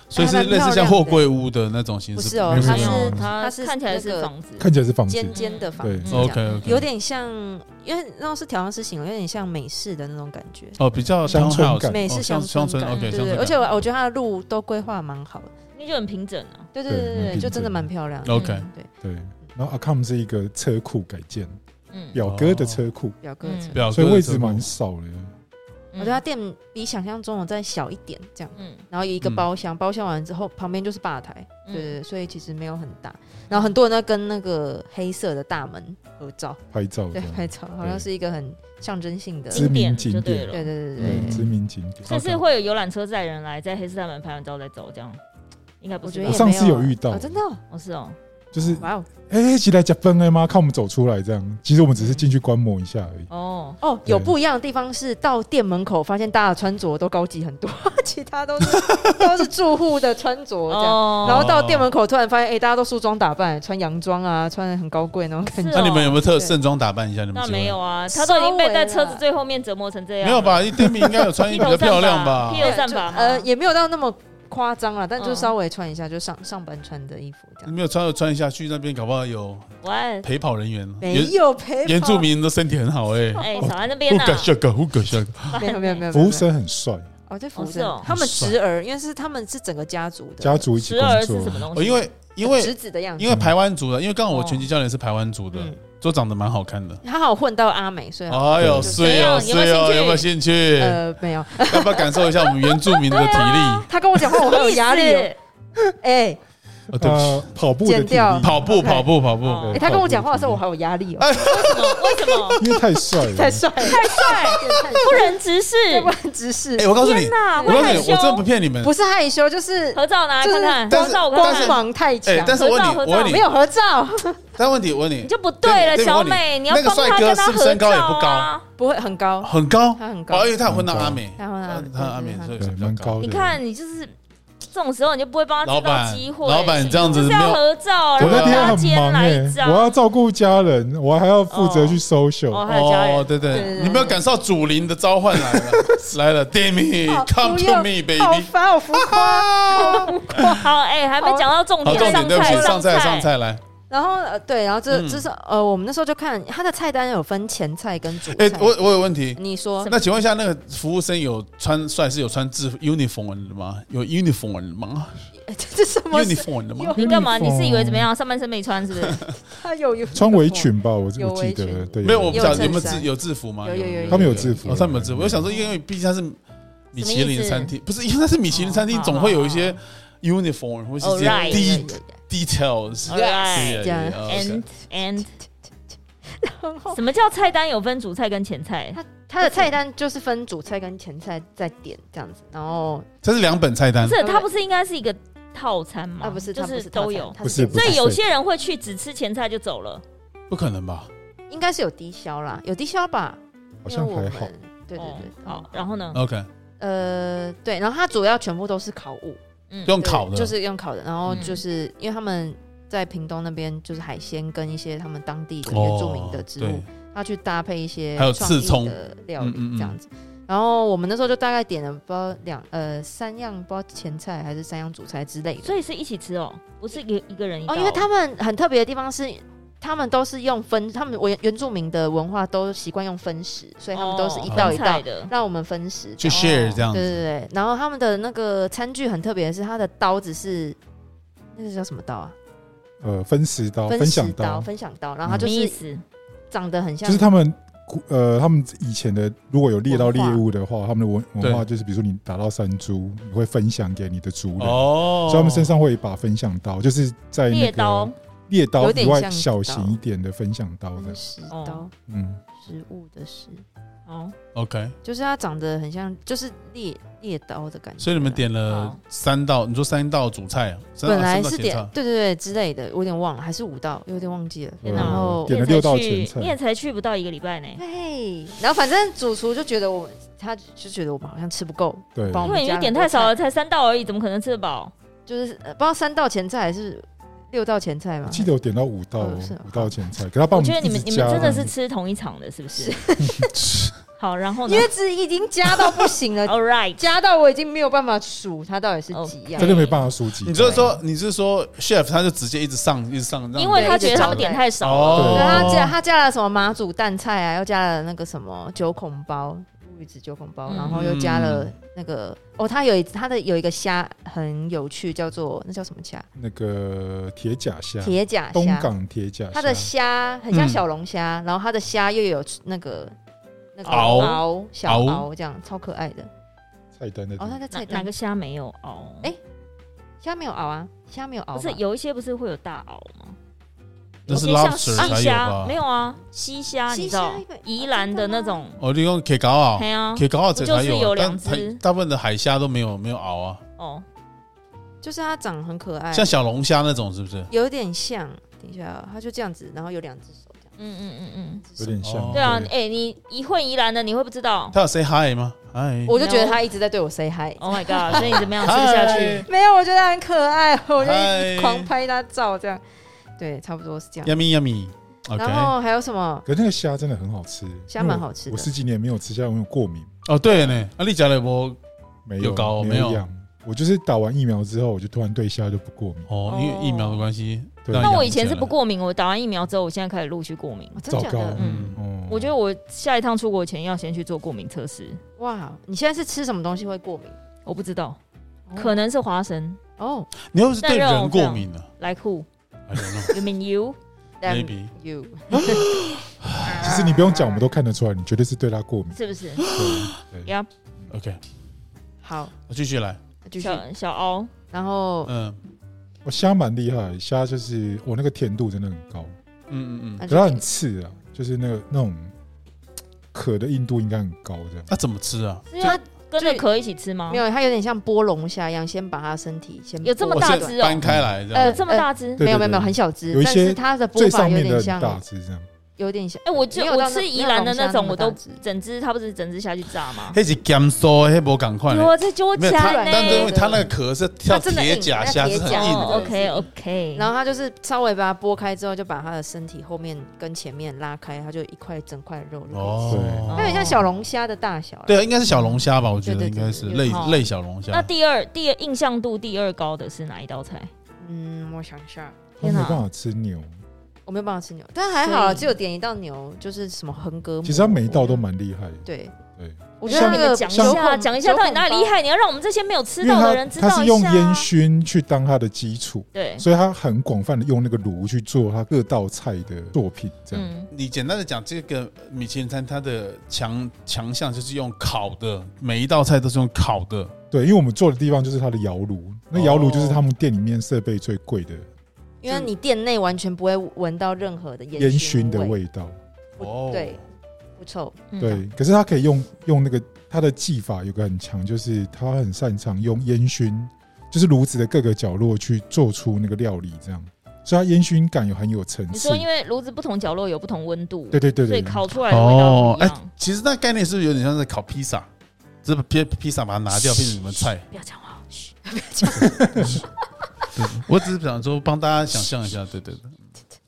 B: 所以是类似像货柜屋的那种形
E: 不
B: 式，
E: 是哦
A: 没，有
E: 它
A: 没有
E: 是
D: 它
E: 它是
D: 看起来
E: 那
D: 是
E: 个
D: 房子，
A: 看起来是房子，
E: 尖尖的房
A: 对
E: 子这样
B: 哦 OK OK，
E: 有点像，因为那种是调香师型的，有点像美式的那种感觉。
B: 哦比较
A: 乡村
B: townhouse，
A: 感
E: 美式
B: 哦
E: 乡
B: 乡
E: 村
B: 村
E: 感，
B: OK
E: 对
B: 乡
E: 对
B: 村
E: 对，
B: 感，
E: 而且我我觉得它的路都规划蛮好的，
D: 那就很平整啊。
E: 对对
A: 对
E: 对
A: 蛮
E: 对对，
A: 平
E: 就真的
A: 整
E: 蛮漂亮的。
B: OK
E: 嗯对，
A: 对。然后阿康是一个车库改建，
D: 嗯，
A: 表哥的车库，
E: 表哥的车
B: 哦
D: 嗯
B: 表哥
A: 所以
B: 的
A: 位
B: 车
A: 置
B: 库
A: 蛮少的。
E: 我觉得它店比想象中的再小一点，这样。
D: 嗯
E: 然后有一个
B: 嗯
E: 包厢，包厢完之后旁边就是吧台，
D: 嗯
E: 对对对，所以其实没有很大。然后很多人在跟那个黑色的大门合照，
A: 拍照这
E: 对，
A: 样，
E: 拍照好像是一个很象征性的，
A: 知
E: 对
D: 经典
A: 名
D: 就
A: 景
D: 对
A: 点
D: 了，
E: 对对
A: 嗯，
E: 对对
A: 知
E: 对。
A: 名景点。
D: 甚至会有游览车载人来，在黑市大门拍完照再走，这样应该不
E: 我
D: 是
E: 觉得也
D: 吧
A: 我上次
E: 没
A: 有遇到
E: 哦真的哦，
D: 哦，是哦，
A: 就是
E: 哇哦，
A: 哎、一起来加分了吗？看我们走出来这样。其实我们只是进去观摩一下而已。
D: 哦，
E: 哦，有不一样的地方是到店门口发现大家的穿着都高级很多， [laughs] 其他都是都是住户的穿着这样。
D: 哦，
E: [laughs] 然后到店门口突然发现，哎，大家都梳妆打扮，穿洋装啊，穿的很高贵那种感
D: 是
E: 觉。
B: 那你们有没有特
E: 哦对
B: 盛装打扮一下？你们
D: 那
B: 几位
D: 没有啊，他都已经被在车子最后面折磨成这样，
B: 嗯没有？吧？一店名应该有穿衣比较漂亮吧？
D: 披头散
E: 就
D: 发吗
E: 呃，也没有到那么夸张了，但就
D: 嗯
E: 稍微穿一下，就上上班穿的衣服这
A: 嗯
B: 你
E: 样。
B: 没有穿就穿一下去那边，搞不好有
D: 喂，
E: [laughs]
B: 陪跑人员。
E: 没
B: 原
E: 有陪跑
B: 原住，民的身体很好哎，
D: 哎，少在那边
B: 呼
D: 呐，
B: 个下个呼个下个，
E: [laughs] 没有没有没有
A: 服务，
E: 没有
A: 生很帅，
E: 哦，这服务
D: 哦是哦
E: 生，他们侄儿，因为是他们是整个家族的
A: 家族一起
D: 十
A: 工
D: 二是
A: 作啊
D: 什，么东
B: 哦
D: 西？
B: 因为因为
E: 侄子的样子
B: 因。为台湾族的，因为刚好我拳击教练是台湾族的
E: 嗯，
B: 都长得蛮好看的。
E: 他好混到阿美，所以好
B: 哎呦，
A: 对
B: 睡哦
D: 怎样
B: 睡哦，有没
D: 有没
B: 有
D: 有
B: 兴趣？
E: 呃没有，
B: 要不要感受一下我们原住民的体
E: [laughs]
B: 力？
E: 他跟我讲话我好有压力
D: [laughs]
E: 哦。哎
B: 哦，对不起，
A: 呃，跑步的
E: 剪
A: 体
E: 掉
A: 力，
B: 跑步
E: OK
B: 跑步跑步，
D: 哦
E: 哎，他跟我讲话的时候我好有压力哦，
D: 为什么？为什么？
A: 因为太帅了，
E: [laughs] 太帅了，
D: 太帅，
E: 太帅
D: 不人直
E: [laughs]
D: 视，
E: 了，不然直视
B: 哎，，我告诉你
D: 天，哪，
B: 我告诉
D: 害
B: 你，
D: 羞
B: 我真的不骗你们。
E: 不是害羞，就是
D: 合照拿来看看，
B: 就是
D: 合照我
B: 但
D: 看
B: 是
E: 光
D: 看，
E: 芒太强
B: 哎，，但是我问
D: 合
B: 你，我
D: 照合照
B: 问你
E: 没，有合照，
B: 但问题我问
D: 你
B: 你，
D: 就不对了，
B: 对对
D: 小
B: 我
D: 美，
B: 问你
D: 你要帮
B: 那个帅
D: 他
B: 哥
D: 跟
B: 是
D: 他
B: 不是身
D: 合
B: 高
D: 照
B: 也不
D: 啊！
E: 不会很高，
B: 很高，
E: 他很高
B: 哦，因，为他有混到阿美，哦
E: 他混到阿美
B: 他他阿美，所以
A: 哦对，
B: 比较
A: 蛮高的。
D: 你看，你就是这种时候，你就不会帮他
B: 老
D: 制造
B: 板
D: 机，会。
B: 老板这样子
D: 就是
B: 没
D: 要
B: 有，
D: 合照，
A: 我
D: 然后
A: 那天
D: 搭
A: 很
D: 肩
A: 忙
D: 来
A: 哎
D: 一、张。
A: 我要照顾家人，我还要负责去 social，、
D: 哦，还有家人，
B: 对
E: 对对
B: 对，
E: 对
B: 你没有感受祖灵的召唤来了，来了
E: 好
B: ，Demi，come
E: 不
B: to
E: 用
B: me
E: 好
B: baby。
E: 烦，
B: [laughs]
E: 好浮夸。
D: 好，哎，还没讲到重
B: 好，
D: 点，
B: 重点，
D: 上
B: 对不起
D: 菜，，
B: 上
D: 上
B: 菜，上，菜来，
E: 然然后呃对，然后这
B: 嗯
E: 这是呃我们那时候就看它的菜单有分前菜跟主
B: 哎、
E: 菜。
B: 我我有问题。
E: 你说
D: 什么
B: 那请问一下，那个服务生有穿算是有穿制服 uniform 的吗？有 uniform 的吗
E: [laughs] 这是什么事？
B: ？uniform 的吗？
D: 你干嘛？
A: Uniform
D: 你是以为怎么
A: [laughs]
D: 样？上半身没穿是
B: [laughs]
D: 不是？
E: 它有有
A: 穿围，裙吧，我
E: 有
A: 我记
E: 围
A: 得
E: 裙
A: 对，
B: 没有，我不
E: 有
B: 晓得有
E: 衬
B: 没有
E: 衫
B: 制有制服吗？
E: 有有有有
A: 啊他们有制服啊
B: 哦他们有制服。我想说，因为毕竟它是米其林餐厅，不是因为它是米其林餐厅，
D: 哦
B: 总会有一些 uniform 或是一
D: All
B: 些
D: right.
B: de details。哦
D: All right.
E: 这样
B: Yeah，yeah，yeah，okay
D: And
A: [laughs]
D: and 什么叫菜单有分主菜跟前菜？
E: 它的菜单就是分主菜跟前菜再点这样子，然后
B: 这是两本菜单
D: 不。是，它不是应该是一个套餐吗？
E: 啊不是
D: 嗯就
E: 它不
D: 是
E: 是套
D: 都
E: 餐
D: 有。
E: 它
A: 不是不
D: 所
A: 是
D: 以有些人会去只吃前菜就走了。
B: 不可能吧
E: 应该是有低消啦，有低消吧？
A: 好像
E: 因为
A: 还
E: 我
A: 好
E: 们。对对对
D: 哦，
E: 嗯
D: 好，然后呢？
B: ？OK，
E: 呃，对，然后它主要全部都是烤物，
D: 嗯，
B: 用烤的，
E: 就是用烤的，然后
D: 嗯
E: 就是、因为他们在屏东那边就是海鲜跟一些他们当地的
B: 哦
E: 原住民的植物
B: 对，
E: 它去搭配一些
B: 还有
E: 创
B: 刺
E: 意
B: 葱
E: 的料理
B: 嗯嗯嗯
E: 这样子。然后我们那时候就大概点了不知道两呃三样，不知道前菜还是三样主菜之类的。
D: 所以是一起吃哦，不是一个一个人一道
E: 哦，因为他们很特别的地方是。他们都是用分，他们原原住民的文化都习惯用分食，所以他们都是一道一
D: 分哦菜
E: 道
D: 的，
E: 让我们分食。
B: 去 share 哦这样
E: 对
B: 子。
E: 对对，然后他们的那个餐具很特别，是它的刀子是那个叫什么刀啊？
A: 呃，分食刀、分
E: 分食
A: 享
E: 刀、
A: 刀，
E: 分享刀，然后它
D: 什
E: 就
D: 么意
E: 是
D: 思？
E: 长得很像，
A: 就是他们古呃，他们以前的如果有猎到猎物的话，他们的文
B: 对
A: 文化就是，比如说你打到山猪，你会分享给你的族人，
B: 哦
A: 所以他们身上会有一把分享刀，就是在那
D: 猎
A: 个
D: 刀
A: 猎刀
E: 有
A: 以
E: 点
A: 外
E: 像
A: 小
E: 刀
A: 型一点的分享刀的
E: 分，食
D: 哦
E: 刀，
A: 嗯，
E: 食物的食，
D: 哦，
B: OK，
E: 就是它长得很像，就是猎猎刀的感觉。
B: 所以你们点了
D: 好
B: 三道，你说三道主菜啊？三道
E: 本来
B: 三道
E: 是
B: 前
E: 点
B: 菜
E: 对对对之类的，我有点忘了，还是五道，有点忘记了。
D: 天
A: 嗯
D: 哪
E: 然后
A: 点了
D: 你也
A: 六道
D: 才
A: 前
D: 去，
A: 菜
D: 你，也才去不到一个礼拜呢，
E: 对，然后反正主厨就觉得我，他就觉得我们好像吃不够，
A: 对，
E: 帮我
D: 因
E: 们
D: 为你就点太少了，才三道而已，怎么可能吃得饱？
E: 就是呃不知道三道前菜还是六道前菜嘛
A: 我。记得我点到五道
E: 哦啊是哦
A: 五道前菜，可他帮
D: 我
A: 们
D: 觉得你
A: 一
D: 们
A: 直
D: 你
A: 加
D: 们真的
A: 这
D: 是
A: 样子
D: 吃同一场的，是
B: [laughs]
D: 不是？好，然后呢
E: 因为只已经加到不行
A: [laughs]
E: 了，
A: 哦
D: ？All right，
E: 加到我已经没有办法数它到底是几样。
A: 真的没办法收集，
B: 你就是说你是说 chef 他就直接一直上一直上，让
D: 因为
B: 你
D: 他觉得他们点太少了，
B: 哦
E: 对，
A: 对
E: 他加他加了什么马祖蛋菜啊，又加了那个什么九孔包乌鱼子九孔包，
D: 嗯
E: 然后又加了那个哦，他有一他的有一个虾很有趣，叫做那叫什么虾？
A: 那个铁甲虾，
E: 铁甲
A: 东
E: 虾。
A: 港铁甲
E: 它的
A: 虾
E: 虾很像小龙虾，然后它的虾又有那个那个
B: 螯
E: 螯小
B: 螯
E: 螯这样，超可爱的。
A: 菜单的地
E: 哦，它
A: 方，
E: 在
D: 哪
E: 菜
D: 哪
E: 单
D: 个虾没有熬？
E: 哎虾没有螯啊，虾没有螯吧，
D: 不是有一些不是会有大螯吗？
B: 那是
D: 有些像
B: lobster 才
D: 西
B: 有
D: 虾
B: 吧？
D: 没有啊，西虾你
E: 西
D: 知
E: 虾
D: 道
E: 一本
D: 宜兰的那种，
B: 哦，利用 K 高啊
D: 对啊，
B: ，K 高啊，这才
D: 不就是
B: 有
D: 有
B: 啊，但
D: 两只
B: 海大部分的海虾都没有没有熬啊，
D: 哦，
E: 就是它长得很可
D: 哎
E: 爱，
B: 像小龙虾那种是不是？
E: 有点像。等一下啊，它就这样子，然后有两只手这样
D: 嗯嗯嗯嗯，
A: 有点像
B: 哦，
D: 对啊，哎，你一混宜兰的，你会不知道
B: 他有 say hi 吗？hi，
E: 我就觉得它一直在对我 say hi。
D: ？Oh my god！所以你怎么样吃不下去？
E: 没有，我觉得很可爱，我就一
B: 嗨
E: 直狂拍它照，这样。对，差不多是这样。
B: ，yummy yummy。OK，
E: 然后还有什么？
A: 可是那个虾真的很好吃，
E: 虾
A: 因为
E: 蛮
A: 我
E: 好吃的
A: 我十几年没有吃虾，我有过敏，
B: 哦对呢，阿丽讲了我
A: 没有
B: 有搞
A: 没
B: 没有
A: 养。我就是打完疫苗之后，我就突然对虾就不过敏。
B: 哦，因为疫苗的关系，
A: 对
B: 让
D: 那
B: 你
D: 我
B: 养
D: 以前
B: 成
D: 是
B: 了
D: 不，过敏，我打完疫苗之后，我现在开始陆续过敏。
E: 哦真的假
A: 糟糕
E: 的？
B: 嗯，
A: 哦，
D: 我觉得我下一趟出国前要先去做过敏测试，
E: 哇，你现在是吃什么东西会过敏？
D: 我不知道，
E: 哦
D: 可能是花生、
E: 哦
B: 你又是对人过敏了
E: [laughs]
D: 莱库、
B: ，I don't
D: [laughs]
B: know
D: 有 mean you，
E: ，damn
B: maybe
E: you，
A: 其实你不用讲，我们都看得出来，你绝对是对它过敏。
D: 是不是？
E: [laughs]
A: 对对
D: Yup
B: OK，
E: 好，
B: 我继续来，
E: 继续。
D: 小小凹，
E: 然后
B: 嗯
A: 我哦虾蛮厉害，虾就是哦我那个甜度真的很高，
B: 嗯嗯嗯，
E: 那
A: 可
E: 就是
A: 它很刺啊，就是那个那种壳的硬度应该很高这样。
B: 那怎么吃啊？
D: 是要跟着壳一起吃吗
E: 没？有，它有点像波龙虾一样，先把它身体先
D: 有这么
B: 我是
D: 大
E: 剥断
D: 只哦
B: 搬开来这
E: 呃
D: 有
B: 样，
D: 这么大只？
A: 对
E: 没
A: 对
E: 有没有没有
A: 对
E: 很小只，
A: 有一
E: 但是
A: 些
E: 它的剥
A: 最
E: 法
A: 上
E: 有
A: 面
E: 点
A: 的很大
E: 像，
A: 只这样，
E: 有点像。
D: 哎，我就
E: 没有
D: 我
E: 到那
D: 吃宜兰的那种，
E: 没有
D: 我都
E: 到龙虾那么大只
D: 整只，它不是整只下去炸吗？啊
B: 那是甘肃，那不赶快。
D: 我这就
B: 没有
D: 加
B: 它，
E: 呢
B: 但是因为
D: 呢。
B: 它那个壳是像
E: 啊它真的硬
B: 铁甲虾，
E: 它
B: 是
E: 铁
B: 很
E: 甲
B: 硬
D: 哦
B: 的。
D: ，OK OK，
E: 然后它就是稍微把它剥开之后，就把它的身体后面跟前面拉开，它就一块整块肉就可以吃。
B: 哦，
E: 它有点像小龙虾的大小啦。
B: 对啊，应该是小龙虾吧？我觉得
E: 对对
B: 应
E: 对
B: 该是
E: 有哦
B: 类
D: 好
B: 类小龙
D: 那
B: 虾。
D: 第二第二印象度第二高的是哪一道菜？
E: 嗯，我想一下，
A: 它没
D: 天哪
A: 办法吃牛，
E: 我没有办法吃牛，但还好
D: 所
E: 啦，
D: 以
E: 只有点一道牛，就是什么横膈膜。
A: 其实它每一道都蛮厉害的，
E: 对
A: 对，
E: 我觉
A: 像
E: 得
D: 你
E: 那
D: 们
E: 个
D: 讲一
E: 九
D: 下，
E: 孔
D: 讲一下到底哪里厉。害，你要让我们这些没有吃
A: 因为
D: 到的
A: 它
D: 人知道
A: 它
D: 一下。啊
A: 是用烟熏去当它的基础，
D: 对，
A: 所以它很广泛的用那个炉去做它各道菜的作品，这样。
D: 嗯，
B: 你简单的讲，这个米其林餐它的强强项就是用烤的，每一道菜都是用烤的。
A: 对，因为我们做的地方就是它的窑炉，那
D: 哦
A: 窑炉就是他们店里面设备最贵的
E: 因为你店内完全不会闻到任何的
A: 烟
E: 烟
A: 熏的
E: 味，
A: 味道。
E: 不
B: 哦
E: 对，不臭。
D: 嗯，
A: 对，可是它可以用用那个它的技法有个很强，就是它很擅长用烟熏，就是炉子的各个角落去做出那个料理，这样，所以它烟熏感有很有层
D: 你
A: 次
D: 说。因为炉子不同角落有不同温度，
A: 对对对哦
D: 所以
A: 对，
D: 烤出来的味道不
B: 哎、
D: 一样。
B: 其实那概念是不是有点像在烤披萨？这披披萨把它拿掉变成你们菜。
D: 不要讲话，嘘。
B: 我只是想说帮大家想象一下，对对对，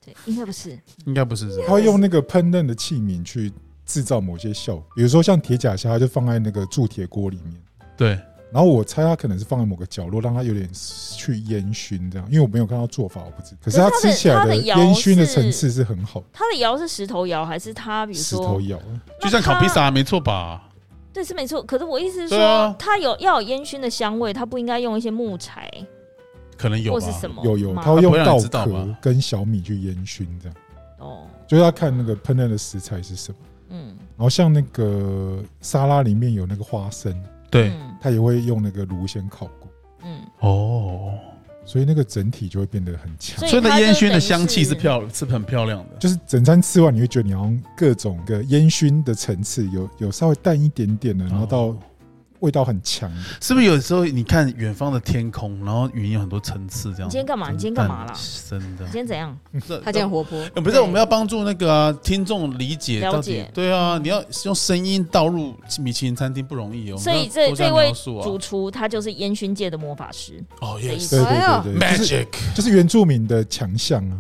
D: 对，应该不是。
B: 应该不是这样。
A: 它会用那个烹饪的器皿去制造某些效果，比如说像铁甲虾，它就放在那个铸铁锅里面。
B: 对，
A: 然后我猜它可能是放在某个角落，让它有点去烟熏这样，因为我没有看到做法，我不知道。可是它
D: 可是它
A: 吃
D: 的
A: 起来
D: 它的窑
A: 烟熏的
D: 是
A: 层次是很好的，
D: 它的窑是石头窑还是它？比如
A: 石头
D: 说，
A: 窑。
D: 那
B: 就像烤
D: 它
B: 披萨没错吧？
D: 对，是没错。可是我意思是
B: 对啊
D: 说，它有要有烟熏的香味，它不应该用一些木材
B: 可能有
D: 或
B: 吧。
D: 是什么吗？
A: 有有，它会
B: 它
A: 用
B: 不会让
A: 稻
B: 你知道
A: 壳
B: 吗
A: 跟小米去烟熏这样，
D: 哦，
A: 就是要看那个烹饪的食材是什么。
D: 嗯，
A: 然后像那个沙拉里面有那个花生，
B: 对，
D: 嗯
A: 它也会用那个炉先烤过，
D: 嗯，
B: 哦，
A: 所以那个整体就会变得很强。
D: 所以
B: 所以那
D: 它就
B: 烟熏的
D: 等于
B: 香气
D: 是
B: 是漂是很漂亮的。
A: 就是整餐吃完，你会觉得你好像各种的烟熏的层次有有稍微淡一点点的，然后到
B: 哦
A: 味道很强的。
B: 是不是有时候你看远方的天空，然后云有很多层次这样？
D: 你今天干嘛你今天干嘛啦
B: 真的
D: 你今，天怎样？
B: 这
E: 它这样
A: [laughs]
E: 活泼，
B: 呃不是，
D: 对
B: 我们要帮助那个啊、听众理解
D: 了
B: 到底
D: 解。嗯
B: 对啊，你要用声音导入米其林餐厅不容易哦。
D: 所以
B: 我
D: 这
B: 们要多
D: 这
B: 加
D: 位
B: 描述啊
D: 主厨他就是烟熏界的魔法师，
B: 哦
D: 的意
B: ，yes，
D: 思
A: 对
E: 哎呀
A: 对对对，就是
B: magic，
A: 就是原住民的强项啊。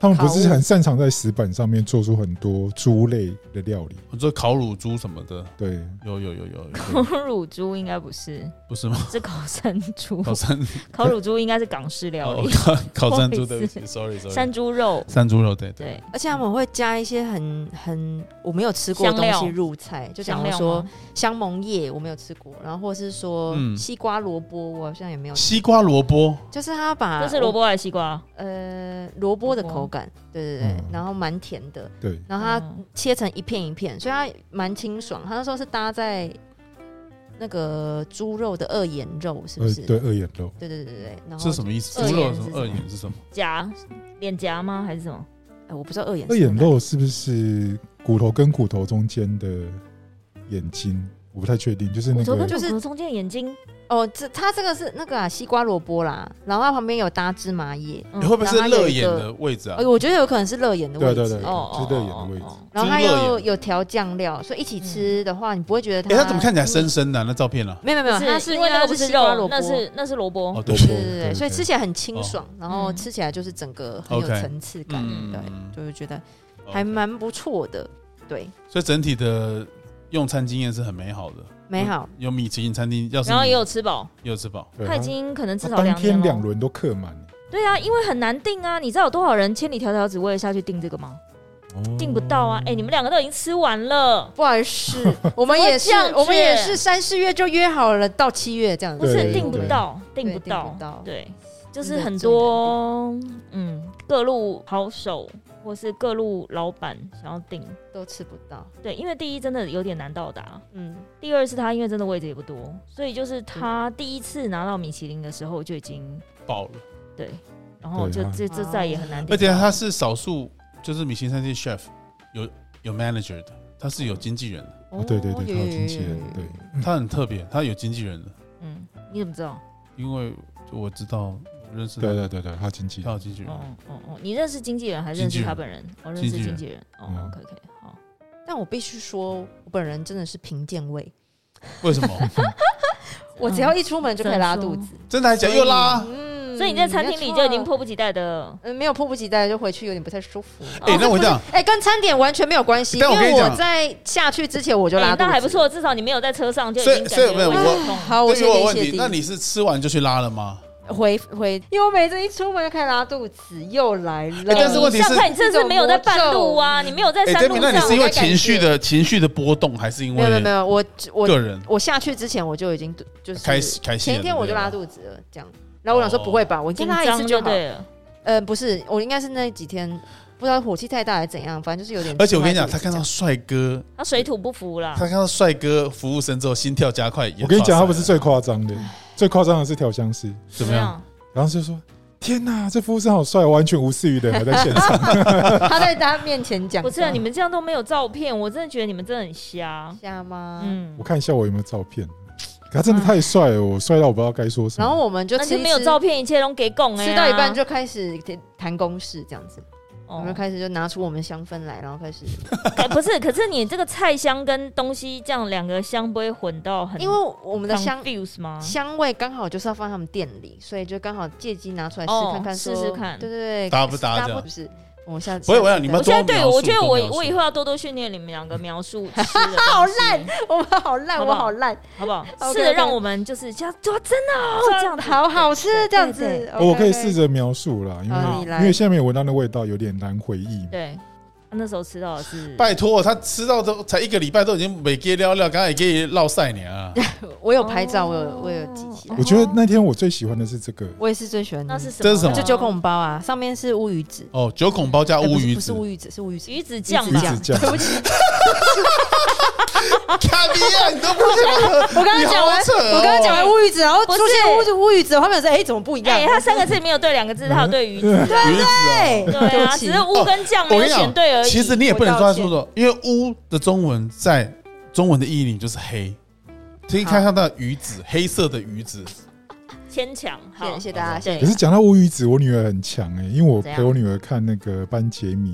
A: 他们不是很擅长在石板上面做出很多猪类的料理，
B: 我说烤乳猪什么的，
A: 对，
B: 有有有有，
D: 烤
B: 有
D: [laughs] 乳猪应该不是，
B: 不是吗？
D: 是烤山猪。
B: [laughs] 烤山
D: 烤乳猪应该是港式料
B: 哦
D: 理，
B: 烤烤山猪，
D: 不
B: 对
D: 好
B: 不
D: 意
B: 起，sorry sorry，
D: 山猪肉。
B: 山猪肉，对对，
D: 对，
E: 而且他们会加一些很很我没有吃过的东
D: 香
E: 西
D: 料
E: 入菜，就假
D: 香
E: 如
D: 料
E: 说
D: 吗
E: 香檬叶我没有吃过，然后或是说
B: 嗯
E: 西瓜萝卜我好像也没有，
B: 西瓜萝卜，
E: 就是他把
D: 这是萝卜还是西瓜？
E: 呃萝卜的口感，对对对
A: 嗯，
E: 然后蛮甜的，
A: 对，
E: 然后它
D: 嗯
E: 切成一片一片，所以它蛮清爽。它那时候是搭在那个猪肉的二眼肉，是不
A: 呃
E: 是？，
A: 对二眼肉，
E: 对对对对对然后
B: 是什么意思？
E: 二
B: 哦猪肉
E: 眼
B: 什么
E: 是
B: 二
E: 什么
B: 眼是什么？
D: 夹脸颊吗？还是什么？
E: 哎，我不知道二眼
A: 二眼肉是不是骨头跟骨头中间的眼睛？我不太确定，就是那
D: 骨头跟
A: 个
D: 骨
E: 就是
D: 头中间的眼睛，
E: 哦，这它这个是那个啊，西瓜萝卜啦，然后它旁边有搭芝麻叶，
D: 嗯
B: 你会不会是
E: 然后它有
B: 乐
E: 一
B: 眼
E: 个
B: 的位置啊
E: 呃，？我觉得有可能是乐眼的位
A: 对啊
E: 置。
A: 对对，
D: 哦哦，
A: 就是乐眼的位置嗯
D: 哦。哦
E: 然后它
B: 猪肉
E: 又
B: 眼
E: 有调酱料，所以一起吃的话，你不会觉得它。
B: 哎，它怎么看起来深深的啊？那照片啊？
E: 没有？没有
D: 哦
E: 没有，它
D: 不
E: 是
D: 因为那个不
E: 是
D: 是
E: 西瓜
D: 肉
E: 萝，卜，
D: 那是那是萝卜。
B: 哦，对，
E: 对
A: 萝卜
E: 对对
A: 对
E: 对，所以
A: 对哦
E: 吃起来很清爽，然
D: 嗯
E: 后吃起来就是整个很有
B: OK
E: 层次感，
B: 嗯，
E: 对，
B: 嗯
E: 就是觉得
B: ，OK
E: 还蛮不错的，对，
B: 所以整体的用餐经验是很美好的，
E: 美好。
B: 有米其林餐厅，要是
D: 然后
B: 你
D: 也有吃饱，
B: 有吃饱，
A: 对啊
D: 他已经可能至
A: 它
D: 少
A: 当天
D: 年
A: 两
D: 了。
A: 轮都客满，
D: 对啊，因为很难订啊，你知道有多少人千里迢迢只为了下去订这个吗？订不到啊！哎，你们两个都已经吃完了，
E: 不好
B: [laughs]
E: 意思，我们也是
D: 怎么这样子，
E: 我们也是三四月就约好了，到七月这样
D: 不
E: 子。
D: 是
A: 对
D: 订不
A: 对
D: 到，订
E: 对
D: 不
E: 订不
D: 到
E: 到，
D: 对，就
E: 真
D: 是
E: 的
D: 很
E: 真的
D: 多嗯各路好手或是各路老板想要订，
E: 都吃不到。
D: 对，因为第一真的有点难到达，
E: 嗯，
D: 第二是他因为真的位置也不多，所以就是他第一次拿到米其林的时候就已经
B: 爆了。
D: 对，然后就
A: 对啊
D: 这这再也很难
B: 而
D: 定
B: 且
D: 到。
B: 他是少数，就是米其林餐厅 chef 有有 manager 的，他是有经纪人的，
A: 哦对对对
E: 有
A: 它有
E: 有
A: 经纪人
E: 有有有
A: 对
B: 他很特别，他有经纪人的，
D: 嗯，你怎么知道？
B: 因为我知道我认识他
A: 对，对对对，他经纪
B: 他
A: 人
B: 有经纪人，
D: 哦哦哦，你认识经纪人还是认
B: 经纪
D: 识
B: 人
D: 他本人？我、认
B: 经
D: 识
B: 纪
D: 经
B: 人
D: 纪人。哦
A: 嗯
D: ，OK OK，好，
E: 但我必须说，我本人真的是贫贱味，
D: 嗯
B: 为什么？
E: 我只要一出门就可以拉肚子。
B: [laughs] 真的还假的又拉？
E: 嗯
D: 所以你在餐厅里
E: 没
D: 就
E: 错
D: 已经迫不及待的。
E: 嗯没有迫不及待就回去，有点不太舒
D: [laughs]
E: 服。
B: 哎，那我讲，
E: 哎，跟餐点完全没有关系，因
B: 哎但我跟你
E: 为
B: 讲
E: 我在下去之前我就
D: 哎
E: 拉肚
D: 那
E: 子，
D: 还不。错，至少你没有在车上就已
B: 所以
D: 经感
B: 所以
D: 觉
B: 没有
D: 胃
B: 我
D: 痛。
E: 好，我
B: 对于
E: 谢
B: 我有
E: 天
B: 问
E: 谢
B: 题，
E: 地
B: 那。你是吃完就去拉了吗？
E: 回回，因为我每次一出门就开始拉肚子，又来了。
B: 哎但是问题是
D: 像看你这次没有在半路啊，你没有在
B: 哎
D: 山路
B: ，Demi，
D: 上。
B: 那你是因为
E: 我该感
B: 情绪的情绪的波动，还是因
E: 没有没有没
B: 为
E: 有，我我
B: 个人
E: 我下去之前我就已经就是
B: 开始开心？
E: 前一天我就拉
B: 肚，
E: 肚子了，这样。然后我想说
B: 哦
E: 不会吧，我再
D: 紧
E: 拉一次
D: 张
E: 就
D: 就
E: 好。
D: 对了，
E: 呃，不是，我应该是那几天不知道火气太大还是怎样，反正就是有点。
B: 而且我跟你讲，他看到帅哥，
D: 他水土不服啦
B: 他。看到帅哥服务生之后，心跳加快。
A: 我跟你讲，他不是
B: 最
A: 最夸张的，最夸张的是调香师，
B: 怎么
D: 啊
B: 样？？
A: 然后就说：“天哪，这服务生好帅，完全无视于人还在现
D: [laughs]
A: 场。
E: [laughs] 他在他面前讲，
D: 不是啊，你们这样都没有照片，我真的觉得你们真的很瞎。
E: 瞎吗？
D: 嗯
A: 我，看一下我有没有照片，可他真的太帅了，我帅到我不知道该说什么。
E: 然后我们就
D: 那
E: 吃
D: 就
E: 一
D: 没有
E: 吃
D: 照片，一切都给拱哎。
E: 吃到一半就开始谈公事这样子，我
D: 哦
E: 们就开始就拿出我们香氛来，然后开始，
D: 可不是，可是你这个菜香跟东西这样两个香不会混到很，
E: 因为我们的香
D: fuse 吗？
E: 香味刚好就是要放在他们店里，所以就刚好借机拿出来试
D: 哦
E: 看看，
D: 试
E: 说
D: 试看
E: 对对对，
B: 搭不搭
E: 搭
B: 这样
E: 不是，我下次
B: 不会我想你们
D: 我现在
B: 多
D: 对
B: 描述
D: 我觉得
B: 多
D: 我
B: 描述
D: 我以后要多多训练你们两个描述吃
E: [laughs]
D: 的，好烂，
E: [laughs] 我们好烂，
D: 好不
E: 我
D: 好
E: 好烂，
D: 好不好？
E: OK，OK
D: 试着让我们就是这样，哇，真的哦，这样子
E: 好好吃这样子哦
D: 对对，
A: 哦
B: 哦
A: 我可以
E: OK，OK
A: 试着描述啦，因
E: 好你
A: 为
E: 来
A: 因为现在没有闻到那味道，有点难回忆。
D: 对。他那时候吃到的是，
B: 拜托，他吃到都才一个礼拜，都已经没给聊聊，刚才也给落晒你啊！
E: 我有拍照，我有我有记
D: 哦
E: 起来
A: 我，觉得那天我最喜欢的是这个，
E: 哦我也是最喜欢的
D: 那是什
B: 这
D: 么？
B: 是什么
E: 就九孔包啊，上面是乌鱼子，
B: 哦，九孔包加
E: 呃
B: 乌
E: 不是
B: 鱼
E: 不是
B: 子，
E: 乌鱼子是乌鱼子，
D: 鱼子酱
A: 鱼
D: 吧
A: 子，酱
E: 对不起，
B: [laughs] 卡比亚，你都不想喝，
E: 我刚刚讲完
B: 你好扯哦
E: 我刚刚讲完乌鱼子，然后
D: 不
E: 出
D: 是
E: 现乌子乌鱼子，后面说哎怎么不一样
D: [laughs] 哎，？他三个字没有对两个
A: 嗯
D: 字，他有对鱼子，
A: [laughs]
B: 鱼子哦。
E: 对
D: 对啊，只是乌跟酱没有选对而已。
B: 其实你也不能
E: 我
B: 说
E: 道
B: 他说
E: 歉
B: 说，因为乌的中文在中文的意义里就是黑，可以看看到鱼子，黑色的鱼子，
D: 牵强，
E: 谢谢
D: 好
E: 谢，谢大家，谢
D: 对
A: 可是，讲到乌鱼子，我女儿很强哎、因为我陪我女儿看那个班杰明，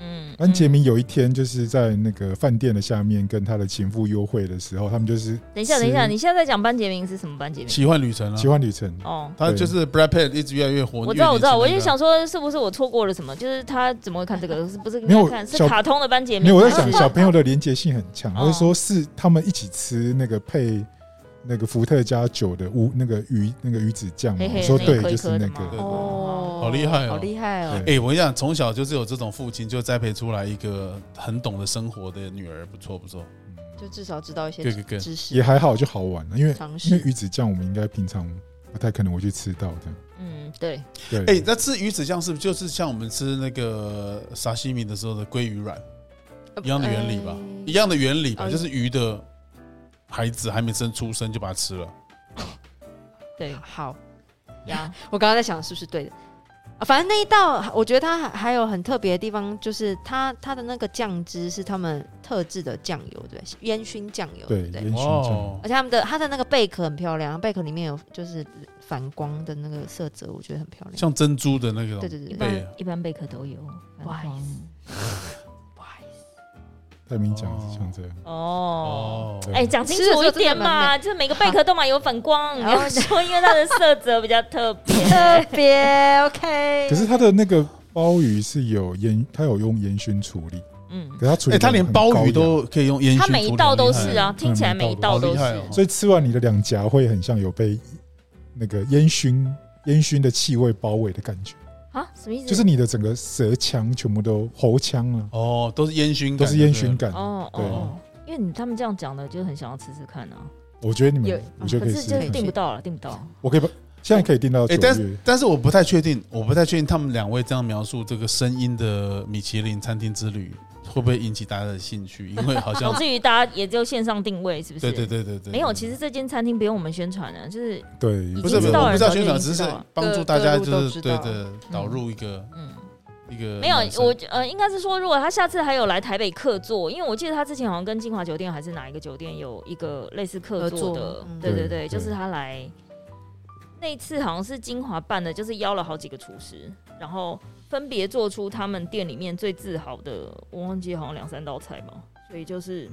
D: 嗯
A: 班杰明有一天就是在那个饭店的下面跟他的情妇约会的时候，他们就是
D: 等一下，
A: 吃
D: 等一下，你现在在讲班杰明是什么班杰明？
B: 奇幻旅程啊
A: 奇。幻旅程，
D: 哦，
B: 他就是 Brad Pitt 一直越来越火，
D: 我知道，
B: 越
D: 我知道，我
B: 年轻那
D: 就
B: 个
D: 想说，是不是我错过了什么？就是他怎么会看这个？是不是应
A: 没有
D: 该看？是
A: 小
D: 卡通的班杰明？
A: 没有我在想
D: 还 [laughs] 是
A: 小朋友的连结性很强，
D: 哦
A: 他就说是他们一起吃那个配那个伏特加酒的乌那个鱼那个鱼子酱嘛，
D: 黑黑
A: 我
D: 的
A: 说
D: 那
A: 对，
D: 一颗
A: 就
D: 一
A: 是
D: 颗
A: 那
D: 的
A: 个嗯
D: 吗？
E: 哦，
B: 好厉害哦
E: 好厉害哦
A: 对！
B: 哎、我跟你讲，从小就是有这种父亲就栽培出来一个很懂得生活的女儿，不错不错。
E: 就至少知道一些
B: 对对对
E: 知
A: 也
E: 识
A: 还好，就好玩了，因为
E: 尝
A: 因为
E: 试。
A: 鱼子酱我们应该平常不太可能会去吃到的，
D: 嗯，对，
A: 对，
B: 哎、那吃鱼子酱是不是就是像我们吃那个沙西米的时候的鲑鱼卵
E: 呃
B: 一样的原理吧？
D: 嗯
E: 呃
B: 一样的原理吧，
E: 哦
B: 就是鱼的孩子还没生出生就把它吃了。
D: 对
E: 好，
B: [laughs]
D: 呀，
E: 我刚刚在想是不是对的。啊反正那一道，我觉得它还还有很特别的地方，就是它它的那个酱汁是他们特制的酱油，对不对，烟熏酱油，
A: 对
E: 不对
A: 烟。熏酱，
B: 哦
E: 而且他们的它的那个贝壳很漂亮，贝壳里面有就是反光的那个色泽，我觉得很漂亮。
B: 像珍珠的那个
E: 对对对
D: 一
E: 对，
B: 贝
D: 般一般贝壳都有。
E: 哇
A: 太明讲
B: 哦
A: 像这样，
D: 哦。
B: 哦，
D: 哎，讲清楚一点嘛，就是每个贝壳都嘛有反光，
E: 好
D: 然后说因为它的色泽比较特
B: [laughs]
D: 别，
E: 特别 OK。
A: 可是它的那个鲍鱼是有烟，它有用烟熏处理，
D: 嗯
A: 可，是它处理
B: 哎、
A: 得
B: 他连
A: 很
B: 鲍
A: 高
B: 鱼
A: 雅
B: 都可以用烟熏
D: 它
B: 处理，
D: 每一道都
B: 很厉害
D: 是啊，听起来每一道都
B: 好厉害
D: 是
B: 哦。
A: 所以吃完你的两颊会很像有被那个烟熏烟熏的气味包围的感觉，
D: 啊，什么意思？
A: 就是你的整个舌腔全部都喉腔啊，
B: 哦，都是烟熏感，
A: 都是烟熏
B: 对
A: 感。
D: 哦
A: 对
D: 哦，因为你他们这样讲的，就很想要吃吃看啊，
A: 我觉得你
E: 有
A: 们，我觉得可
D: 可
A: 以
D: 是
A: 试
D: 就是
A: 试
D: 订
A: 看。
D: 不到了，订不到。
A: 我可以把现在可以订到
B: 不
A: 九
B: 对。哎、但是
A: 月，
B: 但是我不太确定，我不太确定他们两位这样描述这个声音的米其林餐厅之旅会不会引起大家的兴趣，因为好像
D: [laughs] 导致于大家也就线上定位，是不是？
B: 对对对对对，
D: 没有，其实这间餐厅不用我们宣传了，就是
A: 对，
D: 已
B: 不
D: 经
B: 是不
D: 知
B: 是，
D: 道
B: 我
D: 了
B: 不知道
D: 早就
B: 宣
D: 已
B: 传，
D: 经
B: 只
D: 知
B: 是
D: 道了
B: 帮助
E: 各
B: 大
E: 各
B: 家
E: 路
B: 就
E: 都
B: 是
E: 知
B: 对
E: 道
B: 对导入一个
D: 嗯，
B: 一个
D: 没有
B: 暖身
D: 我呃，应该是说，如果他下次还有来台北客座，因为我记得他之前好像跟金华酒店还是哪一个酒店有一个类似客
E: 合
D: 座的
E: 作，嗯
D: 对对
A: 对对
D: 对，就是他来那一次好像是金华办的，就是邀了好几个厨师，然后分别做出他们店里面最自豪的，我忘记好像两三道菜吧，所以就是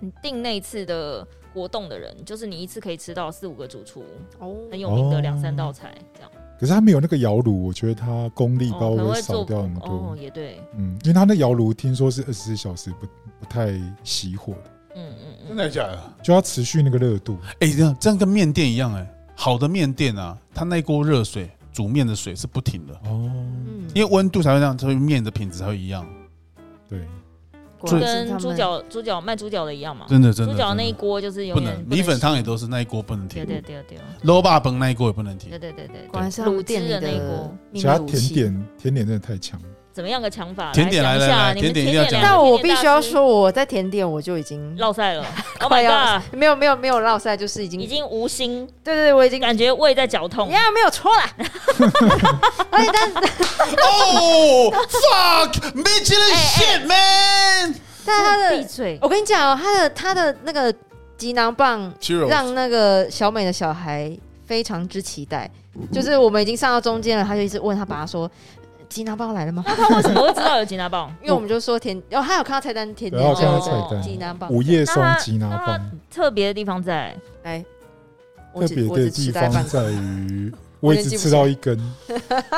D: 你订那一次的活动的人，就是你一次可以吃到四五个主厨
E: 哦
D: 很有名的
A: 哦
D: 两三道菜这样。
A: 可是它没有那个窑炉，我觉得它功力
D: 哦
A: 包
D: 可能
A: 围
D: 会
A: 少
D: 做
A: 掉很
D: 哦
A: 多，。
D: 也对，
A: 嗯，因为它那窑炉听说是二十四小时不不太熄火的，
D: 嗯嗯
B: 真
D: 嗯，
B: 的假的？
A: 就要持续那个热度。
B: 哎，这样这样跟面店一样哎，好的面店啊，它那锅热水煮面的水是不停的，
A: 哦，
E: 嗯，
B: 因为温度才会这样，所以面的品质才会一样。
A: 对，
E: 果然是
D: 跟
E: 他
D: 猪
E: 们
D: 脚猪脚卖猪脚的一样嘛，
B: 真的真的，
D: 猪脚那一
B: 真的
D: 锅就是永
B: 不
D: 远
B: 能，米粉
D: 洗
B: 汤也都是那一锅不能
D: 对
B: 停，
D: 对对对
B: 肉霸崩那一锅也不能停
D: 对。对对对
E: 果
D: 对，
E: 然是他们
D: 卤
E: 店
D: 汁
E: 里
D: 的那一
E: 的
D: 锅
A: 其
E: 秘
A: 他
E: 密武
A: 甜
E: 器。
A: 点甜点真的太强了，
D: 怎么样个抢法？
B: 甜点
D: 来
B: 来
D: 讲一
B: 来来
D: 下，你
B: 甜
D: 们
B: 点一定要
D: 两
B: 讲
D: 个
E: 但我
D: 甜
E: 必
D: 点大
E: 须要
D: 师
E: 说，我在甜点我就已经
D: 落
E: [laughs]
D: 赛了，Oh
E: 快要
D: my god，
E: 没有没有没有落塞，就是已经
D: 已经无心，
E: 对对对，我已经
D: 感觉胃在绞痛。
E: 呀没有错啦，
B: 哦 fuck，没劲的 shit man。
E: 但是它的
D: 闭嘴！
E: 我跟你讲哦，他的他的那个吉囊棒
B: Churros
E: 让那个小美的小孩非常之期待，就是我们已经上到中间了，他就一直问他爸说：“吉囊棒来了吗
D: 那哦他为什么会知道有吉拿
E: [laughs]
D: 棒？”？
E: 因为我们就说甜，然后他有看到菜单甜
A: 对
E: 点
A: 他
D: 有看到
E: 这个
D: 菜单
E: 吉囊棒，
A: 午夜松
D: 那它
A: 吉拿
D: 那它
A: 棒，
D: 特别的地方在
E: 哎，我
A: 特
E: 只
A: 别
E: 我
A: 的
E: 只
A: 地
E: 期待半
A: 方
E: 个，
A: 在于，
E: 我
A: 我
E: 已
A: 一
E: 经
A: 直
E: 记不
A: 吃到一根，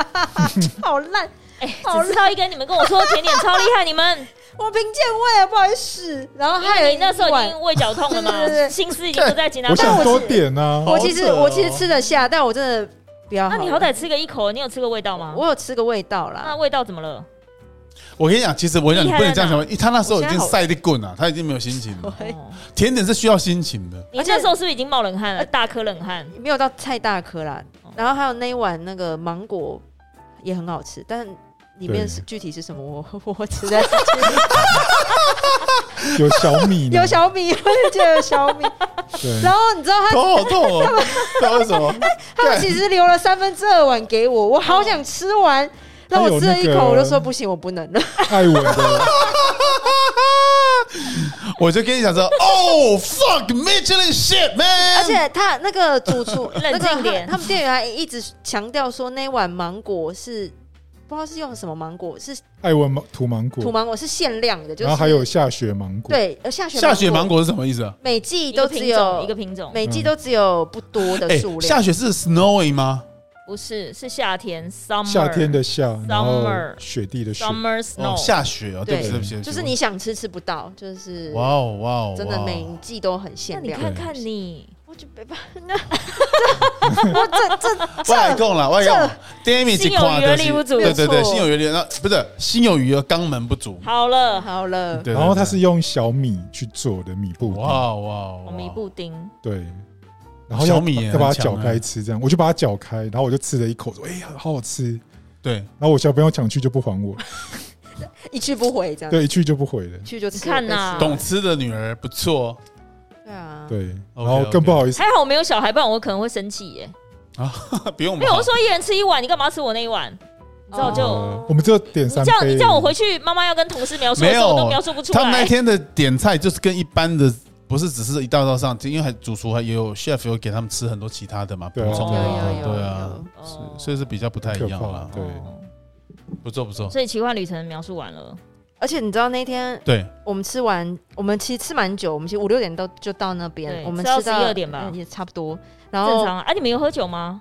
A: [laughs]
E: 好烂，
D: [laughs] 哎，
E: 好
D: 只知道一根，你们跟我说甜点超厉害，
E: [laughs]
D: 你们
E: 我凭借胃啊，不好意思。然后
D: 因
E: 还
D: 为
E: 有
D: 你那时候已
E: 碗
D: 经胃绞痛
E: [laughs] 对
D: 了
E: 对对
D: 嘛，心思已经不在吉拿
A: 我
D: 棒
A: 想
D: 了。
A: 多点啊，
E: 我其实
B: 好扯哦
E: 我其实吃得下，但我真的比较
D: 那啊你好歹啊吃个一口，你有吃个味道吗？
E: 我有吃个味道
D: 那
E: 啦，
D: 味道怎么了？
B: 我跟你讲，其实我跟你讲，你不能这样想，因为他那时候已
E: 我
B: 经
E: 现在好
B: 晒得棍了，他已经没有心情
E: [laughs]
B: 了。
E: 对
D: 哦
B: 甜点是需要心情的，
D: 你那时候是不是已经冒冷汗了？大颗冷汗，
E: 没有到太大颗啦
D: 哦。
E: 然后还有那一碗那个芒果也很好吃，但里面是具体是什么，我我 [laughs] 我实在是
A: 有小米呢，
E: [laughs] 有小米，我也记得有小米。
A: 对，
E: 然后你知道他
B: 头好痛哦， [laughs] 不知道为什么。
E: 他们其实留了三分之二碗给我，我好想吃完。那我吃了一
A: 还有那
E: 口，
A: 个
E: 我就说不行，我不能了。
A: 艾文的
B: 我就跟你讲说，哦 fuck Michelin shit
E: 而
B: man，
E: 且他那个主厨
D: 嗯 [laughs] 冷静
E: 那个他
D: 点
E: 他们店员还一直强调说那碗芒果是不知道是用什么芒果，是
A: 艾文芒土芒
E: 土
A: 果，
E: 芒果是限量的，就是
A: 然后还有下雪芒果，
E: 对呃下雪
B: 下雪芒，果是什么意思啊？
E: 每季
D: 一
E: 都
D: 个
E: 只
D: 品种
E: 有
D: 一个品种，
E: 每季都只有不多的
B: 哎
E: 数，量。
B: 下雪是 snowy 吗？
D: 不是是夏天 summer
A: 夏天的夏，然后
D: Summer
A: 雪地的雪，
D: summer
B: 哦，
D: snow。
B: 下雪哦，对不起，
E: 对
B: 对不起，对不起
E: 就是你想吃吃不到，就是
B: 哇哦哇哦，
E: 真
B: 哇
E: 的
B: 哦
E: 每一季都很限
D: 那你
E: 量。
D: 看看你，
E: 我就没办法，我这这
D: [laughs]
B: 我来供了，我来供。damage
D: 心有
B: 夸
D: 余而
B: 的
D: 力不足
B: 对对
E: 没
B: 对，
E: 错
B: 心有余力，那不是心有余而肛门不足。
D: 好了，
E: 好了，
B: 对，
A: 然后它
B: 对
A: 是用小米去做的米布
B: 对
A: 丁，
B: 哇哇
D: 我
B: 哇，
D: 们一布丁，
A: 对，然后要
B: 小米也
A: 要把它
B: 很强啊
A: 搅开吃，这样我就把它搅开，然后我就吃了一口，说哎呀，好好吃。
B: 对，
A: 然后我小朋友抢去就不还我，
E: 一去不回这样，
A: 对，一去就不回了，
E: 去就吃
D: 你看呐
E: 呐，
B: 懂吃的女儿不错
E: 对啊，
A: 对，然
B: OK，
A: 后更
B: OK
A: 不好意思，
D: 还好我没有小孩，不然我可能会生气耶。
B: 哦，不用吧
D: 没有，我说一人吃一碗，你干嘛吃我那一
B: 哦
D: 碗？你知道就
A: 呃我们只有点
D: 你
A: 三
D: 叫
A: 杯，
D: 你叫我回去，妈妈要跟同事描述的时
B: 没有
D: 候，我都描述不出
B: 他们那
D: 来。
B: 天的点菜就是跟一般的。不是只是一道道上，因为还主厨还也有 chef 有给他们吃很多其他的嘛，补
A: 对啊
B: 充
E: 有
B: 的
E: 有
B: 嘛，
E: 有
B: 对啊，
E: 有，
D: 哦
B: 所以是比较不太一样啦
A: 可怕。对
D: 哦
B: 不错不错，
D: 所以奇幻旅程描述完了，
E: 而且你知道那天
B: 对，
E: 我们吃完，我们其实吃蛮久，我们其实五六点都就到那边，
D: 对
E: 我们
D: 吃到
E: 吃到
D: 12点吧
E: 嗯也差不多。然
D: 正
E: 后
D: 常啊。啊你们有喝酒吗？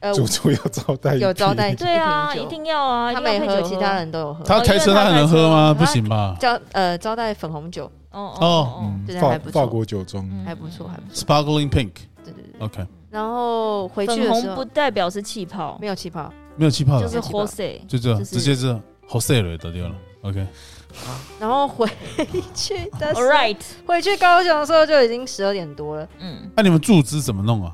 E: 呃，
A: 主厨有招待一
E: 有招
A: 批
E: 待
D: 对啊，
E: 一
D: 一
E: 瓶酒
D: 定要啊，
E: 他
D: 一定
E: 没
D: 要配
E: 喝，
D: 酒
E: 其他人都有喝，
D: 哦
B: 他开车他还能喝吗？
D: 啊
B: 不行吧
E: 叫呃招待粉红酒，
D: 哦
B: 哦
D: 哦
A: 嗯
E: 对
A: 法
E: 还不错
A: 法国酒庄，
D: 嗯
E: 还不错，还不错。
B: ？Sparkling Pink，OK，、
E: 对对对。
B: OK，
E: 然后回去
D: 粉
E: 的时
D: 红
E: 候
D: 不代表是气泡
E: 没，有气泡，
B: 没有气泡了，
D: 就是
E: 有气泡
D: Jose。
B: 就这样，
D: 就是
B: 直接是 Jose 了得掉了，OK，
E: 然后回去的时
D: All
E: 候
D: right，
E: 回去高雄的时候就已经十二点多了。
D: 嗯，
B: 那、你们住资怎么弄啊？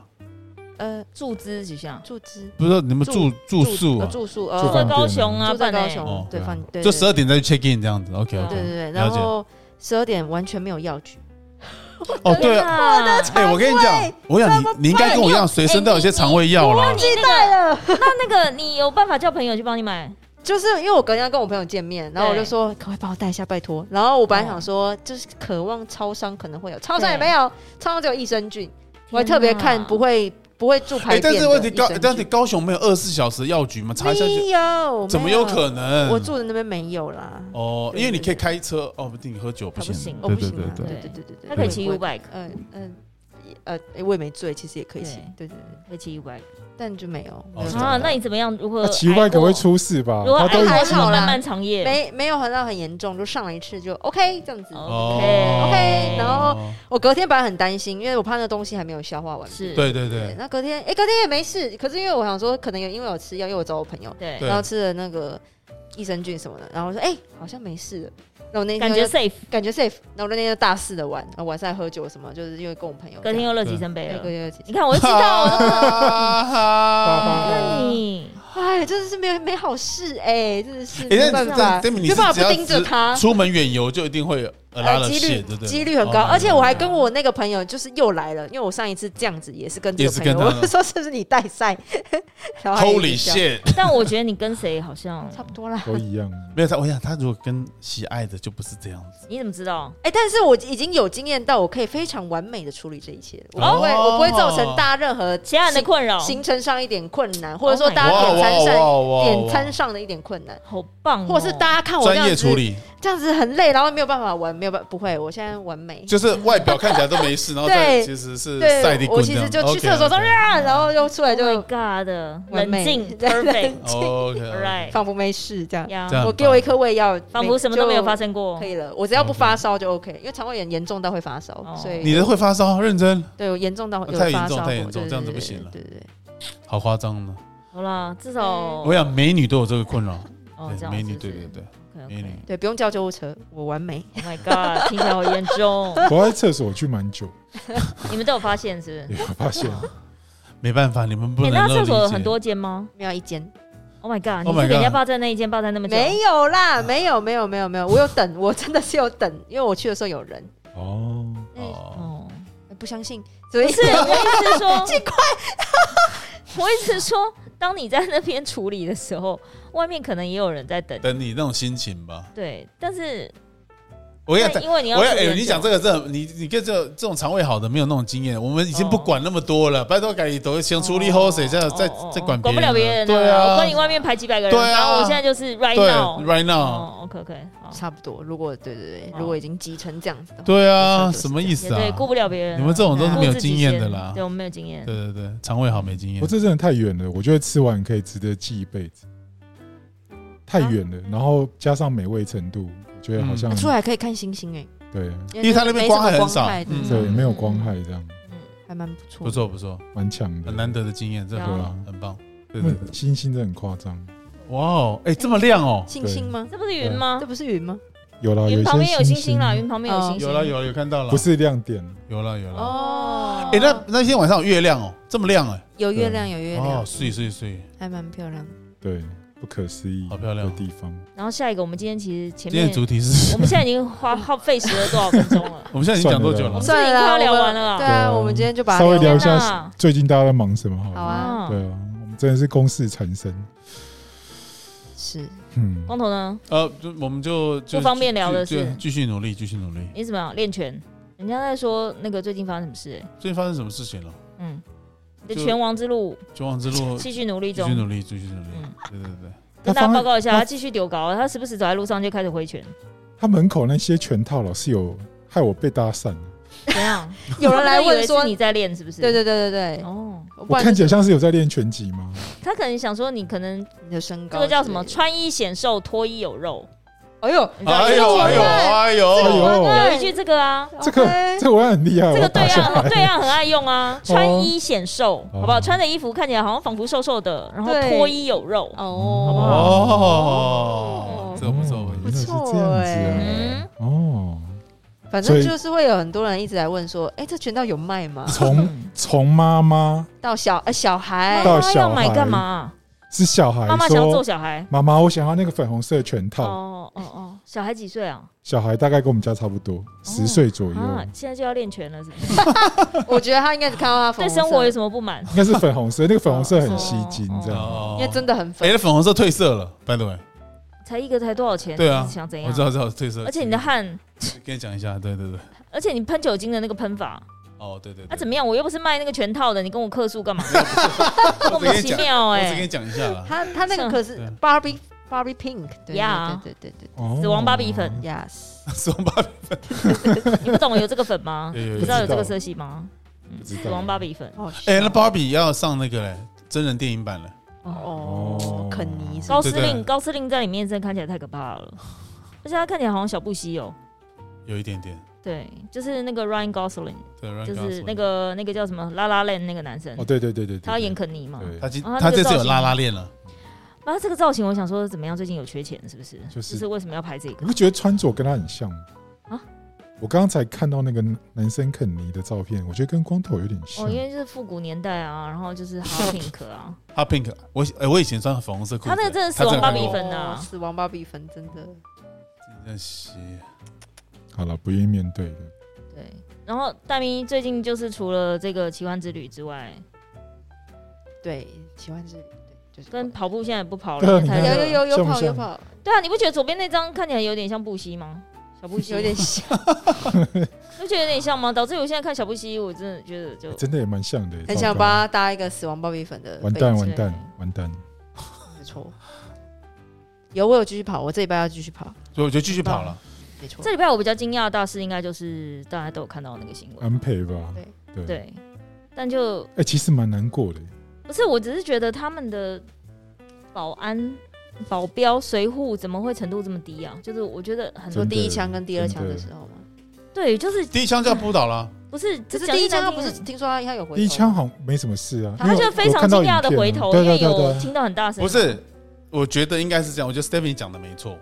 E: 呃，
D: 注资几项，
E: 住资
B: 不是你们住住宿
E: 呃
B: 啊？
E: 住宿
A: 住
E: 呃
D: 住在
A: 饭店
D: 高雄啊，
E: 住在
D: 办
E: 高
D: 欸
E: 雄，
B: 哦
E: 对
B: 对啊
E: 饭对
B: 就
E: 对
B: 十二点再去 check in 这样子，OK
E: 对
B: OK。
E: 对对，
B: 了
E: 然
B: 解
E: 后十二点完全没有药局，
B: 哦，对啊，
D: 啊，我的
B: 哎、我跟你讲，我想你你应该跟我一样，随身都有一些肠胃药啦。
D: 你
E: 对
D: 那个，
E: 了，
D: 那那个你有办法叫朋友去帮你买？
E: 就是因为我隔天要跟我朋友见面，然后我就说可不可以帮我带一下，拜托。然后我本来想说，就是渴望超商可能会有，超商也没有，超商只有益生菌，我还特别看不会不会住排
B: 哎、
E: 便
B: 但
E: 的益
B: 是
E: 生
B: 问
E: 菌。
B: 题高，但是高雄没有二十四小时的药局吗？查一下就
E: 没有，
B: 怎么
E: 没
B: 有可能？
E: 我住的那边没有啦。
B: 哦，因为你可以开车哦，不定你喝酒不行，
D: 他不行
B: 对
E: 哦，不
B: 对
E: 行
B: 对
E: 啊，
B: 对
E: 对对对对对，
D: 他可以骑 U bike，
E: 嗯嗯，也呃，诶我也没醉，其实也可以骑，对对对，
D: 会骑 U bike
E: 但就没有，
B: 哦
E: 没有
B: 是
E: 撞
D: 啊？
E: 到
D: 那你怎么样？如何
A: 那奇怪可能会？出事吧？
D: 如果
A: 他
D: 爱
A: 都
E: 哎
D: 过
E: 还
D: 是
E: 好啦
D: 漫漫长夜，
E: 没没有很到很严重，就上来一次就 OK 这样子。
D: 哦
E: OK，然后我隔天本来很担心，因为我怕那东西还没有消化完毕。
D: 是
B: 对对
E: 对
B: 对，
E: 那隔天哎、隔天也没事，可是因为我想说，可能有因为我吃药，因为我找我朋友，
D: 对
B: 对
E: 然后吃了那个益生菌什么的，然后我说哎、好像没事了。那我那天
D: 感
E: 就
D: 觉 safe，
E: 感觉 safe，那我那天就大肆的玩，然后晚上还喝酒什么，就是因为跟我朋友
D: 隔
E: 这
D: 天
E: 样
D: 又乐极生悲
E: 对隔
D: 了。
E: 天又起
D: 你看，我就知道，我
B: [laughs]
D: 就
B: 道
D: 看你
E: 哎，真的是没有没好事哎、真的是
B: 哎
E: 没办法，
B: 但但但你
E: 没
B: 是
E: 办
B: 只
E: 法
B: 要
E: 不盯着
B: 只
E: 他。
B: 出门远游就一定会有
E: 呃，
B: 拉
E: 几
B: 线，
E: 率
B: 对不对？
E: 几率很高，
B: 哦
E: 而且我还跟我那个朋友就是又来了，因为我上一次这样子也是跟这
B: 也
E: 个
B: 是
E: 朋友，
B: 跟他
E: 我就 [laughs] 说是不是你带赛？ [laughs] 然后他也一
B: Holy
E: 笑
B: shit！
D: 但我觉得你跟谁好像，
E: 差不多啦。
A: 都一样。
B: 没有他，我想他如果跟喜爱的就不是这样子。
D: 你怎么知道？
E: 哎、但是我已经有经验到，我可以非常完美的处理这一切，我不会，
B: 哦
E: 我不会造成大家任何
D: 其他人的
E: 行
D: 困
E: [laughs]
D: 扰，
E: 行程上一点困难，或者说
D: Oh my
E: 大家点餐上
B: 哇
E: 点餐上的一点困难，
D: 好棒哦，
E: 或者是大家看我这
B: 专
E: 样
B: 业处
E: 子
B: 理，
E: 这样子很累，然后没有办法玩，没有办不会，我现在完美。
B: 就是外表看起来都没
E: [laughs]
B: 事，然后再其实是赛地
E: 对，我
B: 棍这
E: 其实
B: 样。
E: 就去厕所说啊，然后又出来
D: Oh
E: 就
D: my God，
E: 完
D: 冷
E: 美
D: 静
E: 对 [laughs]
D: ，perfect，
B: OK， [laughs]
D: right，
E: 仿佛没事这样。
D: 呀
B: 这，样
E: 我给我一颗胃药，
D: 仿佛什么都没有发
E: 生，
D: 生过
E: 可。以了。我只要不发烧就 OK，因为肠胃炎严重到会发烧，
D: 哦
E: 所以
B: 你的会发烧，认真，
E: 对我严重到有
B: 太严
E: 发
B: 重
E: 烧过，
B: 太严重
E: 对
B: 这样子
E: 对
B: 不
E: 对
B: 行了
E: 对对对。
B: 好夸张呢。
D: 好啦，至
E: 嗯
D: 少
B: 我想美女都有这个困扰，
D: 哦这
B: 对，
D: 样
B: 美女，
D: 是
B: 对
D: 不
B: 对
D: 是
B: 对，
D: ，OK，OK
B: 美女。
E: 对，不用叫救护车，我完美。
D: Oh my God，听起来好严
B: [laughs]
D: 重，
A: 我在厕所去蛮久，
D: 你们都有发现是不
A: 也
D: 是？
A: 有发现
B: 没办法，你们不
D: 哎
B: 能
D: 那
B: 够
D: 厕所有
B: 理解
D: 很多间吗
E: 没有一间，
D: ？Oh my God，你
B: Oh my
D: 是给人家
B: God
D: 霸占那一间，霸占那么久？
E: 没有啦，没有，没有，没有，没有。我有等，我真的是有等，因为我去的时候有人，
A: 哦。
B: 哦，
D: 哦，
E: 不相信，所以
D: 不是，我意
E: [laughs]
D: 思说，奇怪， [laughs] 我意思说，当你在那边处理的时候，外面可能也有人在等。
B: 等你那种心情吧。
D: 对，但是
B: 我跟你讲，
D: 但因为你要
B: 我要
D: 处理
B: 哎、
D: 很
B: 你
D: 久
B: 讲这个这种你你跟这种这种肠胃好的没有那种经验，我们已经不管那么多了，拜托改你都先处理好谁，再再
D: 哦哦哦
B: 再
D: 哦
B: 管
D: 管不了别
B: 人了，
D: 人啊，
B: 对
D: 我
B: 啊，
D: 管你外面排几百个人，
B: 对啊
D: 然后我现在就是 right
B: 对啊
D: now
B: right now，
D: 哦，OK OK，好，
E: 差不多。如果对对对，
D: 哦
E: 如果已经急成这样子的话，
B: 对啊，
E: 就是
B: 什么意
D: 也
B: 思啊？
D: 对，顾不了别人啊，
B: 你们这种都是没有经验的
D: 顾自己
B: 啦
D: 先对，我们没有经验
B: 对，对对，肠胃好没经验
A: 我，这真的太远了，我觉得吃完可以值得记一辈子。太远
D: 啊
A: 了，然后加上美味程度，我觉得好像
E: 那
D: 嗯
E: 出来可以看星星哎，
A: 对啊
B: 因
E: 因
B: 为它那边
E: 没
B: 光
E: 什
B: 害
E: 么
B: 很少
E: 害，
B: 嗯
A: 对没有光，害这样，
E: 还蛮不错。
B: 不，错不错，
A: 蛮强的，
B: 很难。得的经验，这很
D: 啊
B: 棒很棒。对对对，
A: 嗯，星星真的很夸张，
B: 哇哦，哎、这么亮哦，
E: 星星吗？
D: 这不是云吗
E: 这？不是云吗？
A: 有啦，有
D: 云
A: 一
D: 旁边有
A: 些
D: 星
A: 星
D: 星啦，云旁边有
E: 哦
D: 星星，
B: 啊有了有了有看到了，
A: 不是亮点，
B: 有了有了，
E: 哦
D: 哦，
B: 哎、那那天晚上有月亮哦，这么亮哎、
E: 有月亮，有月
B: 哦
E: 亮，，
B: 睡睡睡，
E: 还蛮漂亮的。
A: 对，不可思议，
B: 好漂亮
A: 的地方。
D: 然后下一个，我们今天其实
B: 今
D: 前
B: 天
D: 面
B: 的主题是？
D: 我们现在已经花耗费时了多少分钟了
B: [laughs] 我们现在已经讲多久
D: 我
B: 了
D: 们？
E: 算
D: 是已经
E: 了啦
D: 快要聊
E: 我们
D: 完了
E: 对
A: 对
E: 啊，
D: 啊。
A: 啊
E: 我们今天就把它
A: 稍微
E: 聊
A: 聊一
E: 完
A: 下
D: 啊
A: 最近大家在忙什么好了？
E: 好啊，
D: 啊，
A: 对啊，我们真的是公事缠身。
E: 是
A: 嗯，
D: 光头呢？
B: 呃，就我们就就
D: 不方便聊的嗯
B: 就是继续努力，继续努力。
D: 你怎么样练拳？人家在说那个最近发生什么事、欸？
B: 最近发生什么事情了？
D: 嗯，你的
B: 就
D: 拳王之路
B: 绝望之路，继
D: 继续努力
B: 续
D: 中。
B: 努力，继续努力
D: 嗯。
B: 对对对，
A: 他
D: 跟大家
A: 放
D: 报
A: 在
D: 告一下，
A: 他
D: 他继续丢高，他时不时走在路上就开始挥拳，
A: 他门口那些拳套老是有害我被搭讪，
D: [laughs] 怎 [laughs] 样？
E: 有人来问
D: 他们都以为
E: 说
D: 是你在练是不是？
E: 对对对对对，
D: 哦，
A: 我看起来像是有在练拳击
D: [laughs]
A: 吗？
D: 他可能想说你可能
E: 你的身高之类
D: 这
E: 的，
D: 个叫什么？穿衣显瘦，脱衣有肉。
E: 哎呦，
D: 你知道
B: 哎呦
E: 这个
B: 哎呦哎呦，
A: 哎
D: 有一句这个啊，
A: 这个
E: OK
A: 这个我也很厉害，哎
D: 这
A: 我
D: 个
A: 要
D: 对啊
A: 打下
D: 岸
A: 来。
D: [laughs] 对岸很爱用啊，穿衣显瘦，
A: 哦
D: 好不好？穿着衣服看起来好像仿佛瘦瘦的，然后
E: 对
D: 脱衣有肉。
E: 哦，
B: 哎
D: 哎
B: 哦，这个不错，
A: 原来是
E: 不
A: 这
E: 错
A: 样
E: 欸
A: 子
D: 嗯，
A: 啊！哦，
E: 反
A: 所
E: 正
A: 以
E: 就是会有很多人一直来问说，哎，这拳套有卖吗？
D: 嗯
A: 从 [laughs] 从妈妈
E: 到小呃小孩
A: 到
D: 妈妈要
A: 小
D: 买
A: 孩
D: 干嘛？啊
A: 是小孩
D: 妈妈想要揍
A: 说
D: 小孩。：“
A: 妈妈，我想要那个粉红色的拳套。
D: 哦哦哦，小孩几岁啊？”
A: 小孩大概跟我们家差不多，十岁左右，
D: 哦啊，现在就要练拳了，是 [laughs] 不是？
E: 我觉得他应该是看到他粉
D: 对
E: 红色
D: 生活有什么不满？
A: 应该是粉红色。那个粉红色很吸睛，这样。
B: 哦
E: 因为真的很
B: 哎，
E: 粉，
B: 那粉红色褪色了，by the way，
D: 才一个才多少钱？
B: 对啊
D: 你想怎样
B: 我知？道知道褪色。
D: 哎而且你的汗，
B: 跟你讲一下，对对对，
D: 而且你喷酒精的那个喷法，
B: 哦对对。
D: 那啊怎
B: 么？
D: 么样？我又不是卖那个全套的，你跟我客
A: [laughs]
D: 诉干嘛？莫
B: 我只
D: 名
B: 跟你
D: 其
B: 讲，
D: 妙
B: 我只跟
D: 哎
B: 你，讲一下
D: [laughs]
B: 啦。
E: 他他那个可是
B: 对
E: Barbie Barbie Pink，对
D: 呀
E: 对对对对
A: 哦
D: 死亡芭比粉
E: 对，Yes，
B: 双八
D: 你不懂有这个粉吗？
B: 有有
D: 你
B: 有
A: [laughs]
D: 知道
A: 不
D: 有
A: 知
D: 这
A: 道
D: 个色系吗？嗯
A: 不知
D: 死
A: 道
D: 亡。芭比粉
E: 哦，
B: 哎，那芭比要上那个嘞，真人电影版了。
D: 哦，
E: 哦
A: 哦，
E: 肯尼是
D: 高司
B: 对
D: 令
B: 对
D: 高司令在里面真的看起来太可怕了，而且他看起来好像小布希哦，
B: 有一点点，
D: 对，就是那个 Ryan Gosling，
B: 对，Ryan
D: 就是
B: Gosling
D: 那个那个叫什么拉拉链那个男生
A: 哦，，对对对对对，
D: 他要啊演肯尼嘛，
A: 对，
B: 他今
D: 然后
B: 他
D: 哦那个
B: 这次
D: 造
B: 有
D: 型
B: 拉拉链了，
D: 啊，他这个造型，我想说怎么样？最近有缺钱是不是？
A: 就是
D: 就是为什么要拍这
A: 你
D: 个
A: 不？觉得穿着跟他很像吗？
D: 啊
A: 我刚才看到那个男生肯尼的照片，我觉得跟光头有点像
D: 哦，。因为就是复古年代啊，然后就是好 pink 啊，
B: 他 pink，我哎我以前穿粉红色裤子，
D: 他那个真的死亡芭比粉啊
E: 哦死亡芭比粉真的
B: 那些
A: 好了，不愿意面对的，
D: 对。然后大咪最近就是除了这个奇幻之旅之外，
E: 对，喜欢是，对，就是
D: 跟跑步现在也不跑
A: 对
D: 了，
A: 啊你
D: 太
A: 看
E: 有
D: 热
E: 有有有
A: 像不
E: 跑有
A: 像
E: 跑，
D: 对啊，你不觉得左边那张看起来有点像布希吗？小布希 [laughs]
E: 有点像，
D: 你不觉得有点像吗？导致我现在看小布希，我真的觉得就
A: 真的也蛮像的。
E: 很
A: 糟
E: 想
A: 糕
E: 帮他搭一个死亡芭比粉的背景，
A: 完蛋，
D: 对
A: 完蛋，完蛋！
E: 没错。有我有继续跑，我这礼拜要继续跑，
B: 所以我就继续跑了。
E: 没错
D: 这。礼拜我比较惊讶的大事，应该就是大家都有看到那个新闻，
A: 安培吧，对，
D: 对。但就
A: 哎，其实蛮难过的。
D: 不是，我只是觉得他们的保安、保镖、随护怎么会程度这么低啊？就是我觉得很
E: 你
A: 真
E: 说
D: 多
A: 的
E: 第一枪跟第二枪
A: 真
E: 的
A: 的
E: 时候吗？
D: 对，就是
B: 第一枪就要扑倒
D: [laughs]
B: 了，啊
D: 不是，
E: 可
D: 这
E: 是
D: 蒋
E: 第一
D: 劲
E: 枪
D: 在
E: 他不是听说他他有回头吗
A: 第一枪好像没什么事啊，因
D: 他
A: 为
D: 就
A: 我
D: 非
A: 我
D: 常
A: 看到
D: 惊讶的
A: 影片
D: 回
A: 了
D: 头，
A: 对
D: 因为
A: 对对对
D: 有
A: 对，
D: 听到很大声，
B: 不是？我觉得应该是这样，我觉得 Stephanie 讲的没错。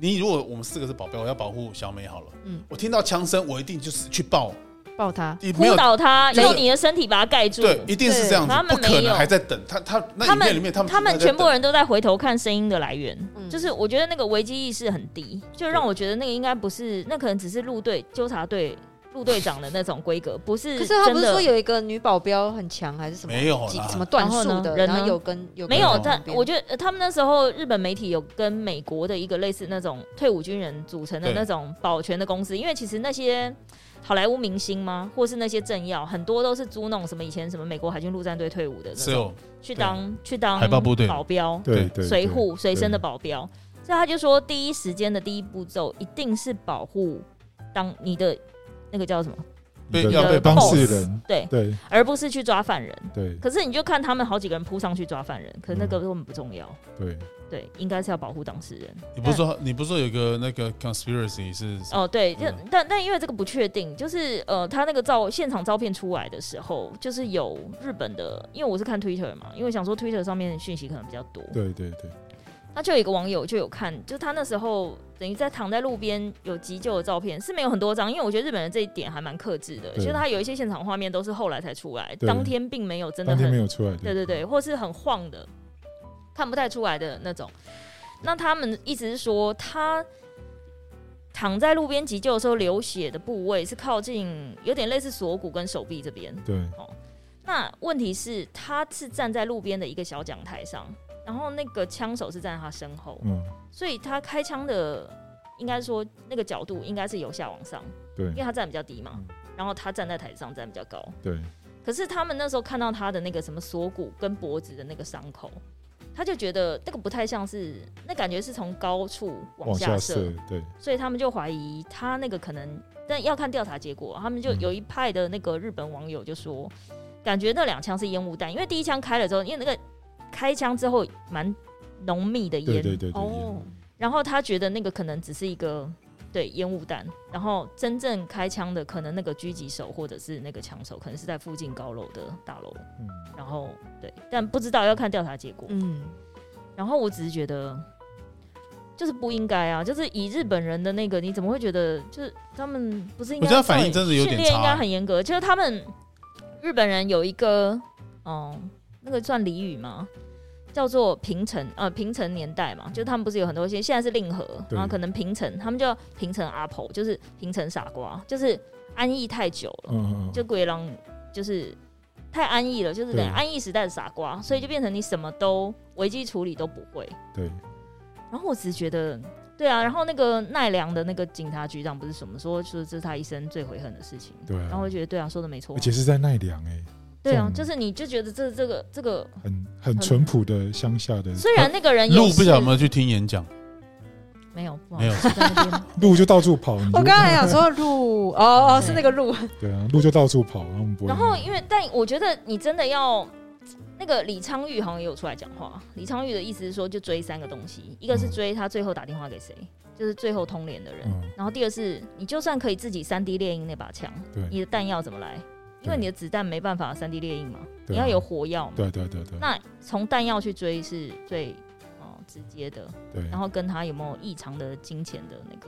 B: 你如果我们四个是保镖，我要保护小美好了。
E: 嗯
B: 我听到枪声，我一定就是去抱，
E: 抱他，
B: 也没
D: 扑
B: 有
D: 倒他，
B: 就是
D: 用你的身体把他盖住。
B: 对，一定是这样子
D: 对他，们
B: 不可
D: 没有
B: 能还在等他。他那
D: 他
B: 影
D: 们
B: 片里面他们
D: 他们
B: 还在
D: 全部
B: 等
D: 人都在回头看声音的来源，
E: 嗯
D: 就是我觉得那个危机意识很低，就让我觉得那个应该不是，那可能只是陆队纠察队陆队长的那种规格，不是
E: 可
D: 真
E: 是
D: 的。
E: 他不是说有一个女保镖很强还是什么？
B: 没有
E: 几
B: 啦
E: 什么段
D: 然
E: 数
D: 后呢
E: 的，
D: 人呢
E: 然后有跟有跟
D: 没有
E: 在，
D: 但
E: 旁边
D: 我觉得呃他们那时候日本媒体有跟美国的一个类似那种退伍军人组成的
B: 对
D: 那种保全的公司，因为其实那些好莱坞明星吗，或是那些政要，很多都是租那种什么以前什么美国海军陆战队退伍的
B: 是哦
D: 那种，
B: 有
D: 去
B: 对
D: 当去当
B: 海豹部队
D: 保镖，
A: 对
B: 对
A: 对，
D: 随
A: 对
D: 护随身的
A: 对
D: 保镖，所以他就说第一时间的第一步骤一定是保护当你的那个叫什么
A: 你
B: 被
A: 的
B: 要被
A: 当
B: 绑
A: 事
D: 死
A: 人，
D: 对，
A: 对
D: 而不是去抓犯人。
A: 对
D: 可是你就看他们好几个人扑上去抓犯人，可是那
B: 嗯
D: 个根本不重要。
A: 对，
D: 对，应该是要保护当事人。
B: 你不是说你不是说有个那个 conspiracy 是
D: 哦，对，就、
B: 嗯
D: 但但因为这个不确定，就是呃，他那个照现场照片出来的时候，就是有日本的，因为我是看 Twitter 嘛，因为想说 Twitter 上面讯息可能比较多，
A: 对对对，
D: 他就有一个网友就有看，就他那时候等于在躺在路边有急救的照片，是没有很多张，因为我觉得日本人这一点还蛮克制的，
A: 对
D: 就是他有一些现场画面都是后来才出来，
A: 对
D: 当天并没有真的
A: 当天
D: 很
A: 没有出来，
D: 对对
A: 嗯
D: 对，或是很晃的，看不太出来的那种。那他们一直是说，他躺在路边急救的时候流血的部位是靠近，有点类似锁骨跟手臂这边。
A: 对
D: 那问题是，他是站在路边的一个小讲台上，然后那个枪手是站在他身后，
A: 嗯
D: 所以他开枪的应该说那个角度应该是由下往上，
A: 对
D: 因为他站得比较低嘛
A: 嗯，
D: 然后他站在台上站得比较高。
A: 对，
D: 可是他们那时候看到他的那个什么锁骨跟脖子的那个伤口，他就觉得那个不太像是，那感觉是从高处往
A: 往
D: 下
A: 下
D: 射，
A: 射，对
D: 所以他们就怀疑他那个可能，但要看调查结果。他们就
A: 嗯
D: 有一派的那个日本网友就说，感觉那两枪是烟雾弹，因为第一枪开了之后，因为那个开枪之后蛮浓密的
A: 对
D: 烟，
A: 对对对，
E: 哦，
D: 然后他觉得那个可能只是一个对烟雾弹，然后真正开枪的可能那个狙击手或者是那个枪手，可能是在附近高楼的大楼。
A: 嗯，
D: 然后对，但不知道要看调查结果。
E: 嗯，
D: 然后我只是觉得，就是不应该啊，就是以日本人的那个，你怎么会觉得就是他们不是应该？
B: 我觉得反应真的有点
D: 训练应
B: 差
D: 该
B: 欸
D: 很严格，就是他们日本人有一个哦、那个算俚语吗？叫做平成呃平成年代嘛，就是他们不是有很多些现在是令和，
A: 对
D: 然后可能平成，他们叫平成阿婆，就是平成傻瓜，就是安逸太久
B: 哦
D: 了，
A: 嗯嗯，
D: 就鬼狼就是太安逸了，就是
A: 对
D: 等于安逸时代的傻瓜，所以就变成你什么都危机处理都不会。
A: 对
D: 然后我只是觉得，对啊，然后那个奈良的那个警察局长不是什么说，说这是他一生最悔恨的事情。
A: 对
D: 然后我
A: 啊，
D: 觉得对啊，说的没错
A: 而。且是在奈良哎，
D: 对啊，
A: 这种
D: 就是你就觉得这这个这个，
A: 很很淳朴的乡下的，
D: 虽然那个人有
B: 路不
D: 事
B: 晓得有没有去听演讲，
D: 没有，不好
B: 没有
D: 意思在那边
A: 路就到处跑，你就
E: 我刚才想说路，哦哦，是那个路，
A: [laughs] 对啊，路就到处跑，然后我们不会。
D: 然后因为，但我觉得你真的要。那个李昌钰好像也有出来讲话。李昌钰的意思是说，就追三个东西，一个是
A: 嗯
D: 追他最后打电话给谁，就是最后通联的人；
A: 嗯，
D: 然后第二是，你就算可以自己三 D 猎鹰那把枪，
A: 对
D: 你的弹药怎么来？因为你的子弹没办法三 D 猎鹰嘛，
A: 对
D: 你
A: 啊
D: 要有火药嘛。
A: 对对对对，
D: 那从弹药去追是最哦直接的，
A: 对，
D: 然后跟他有没有异常的金钱的那个，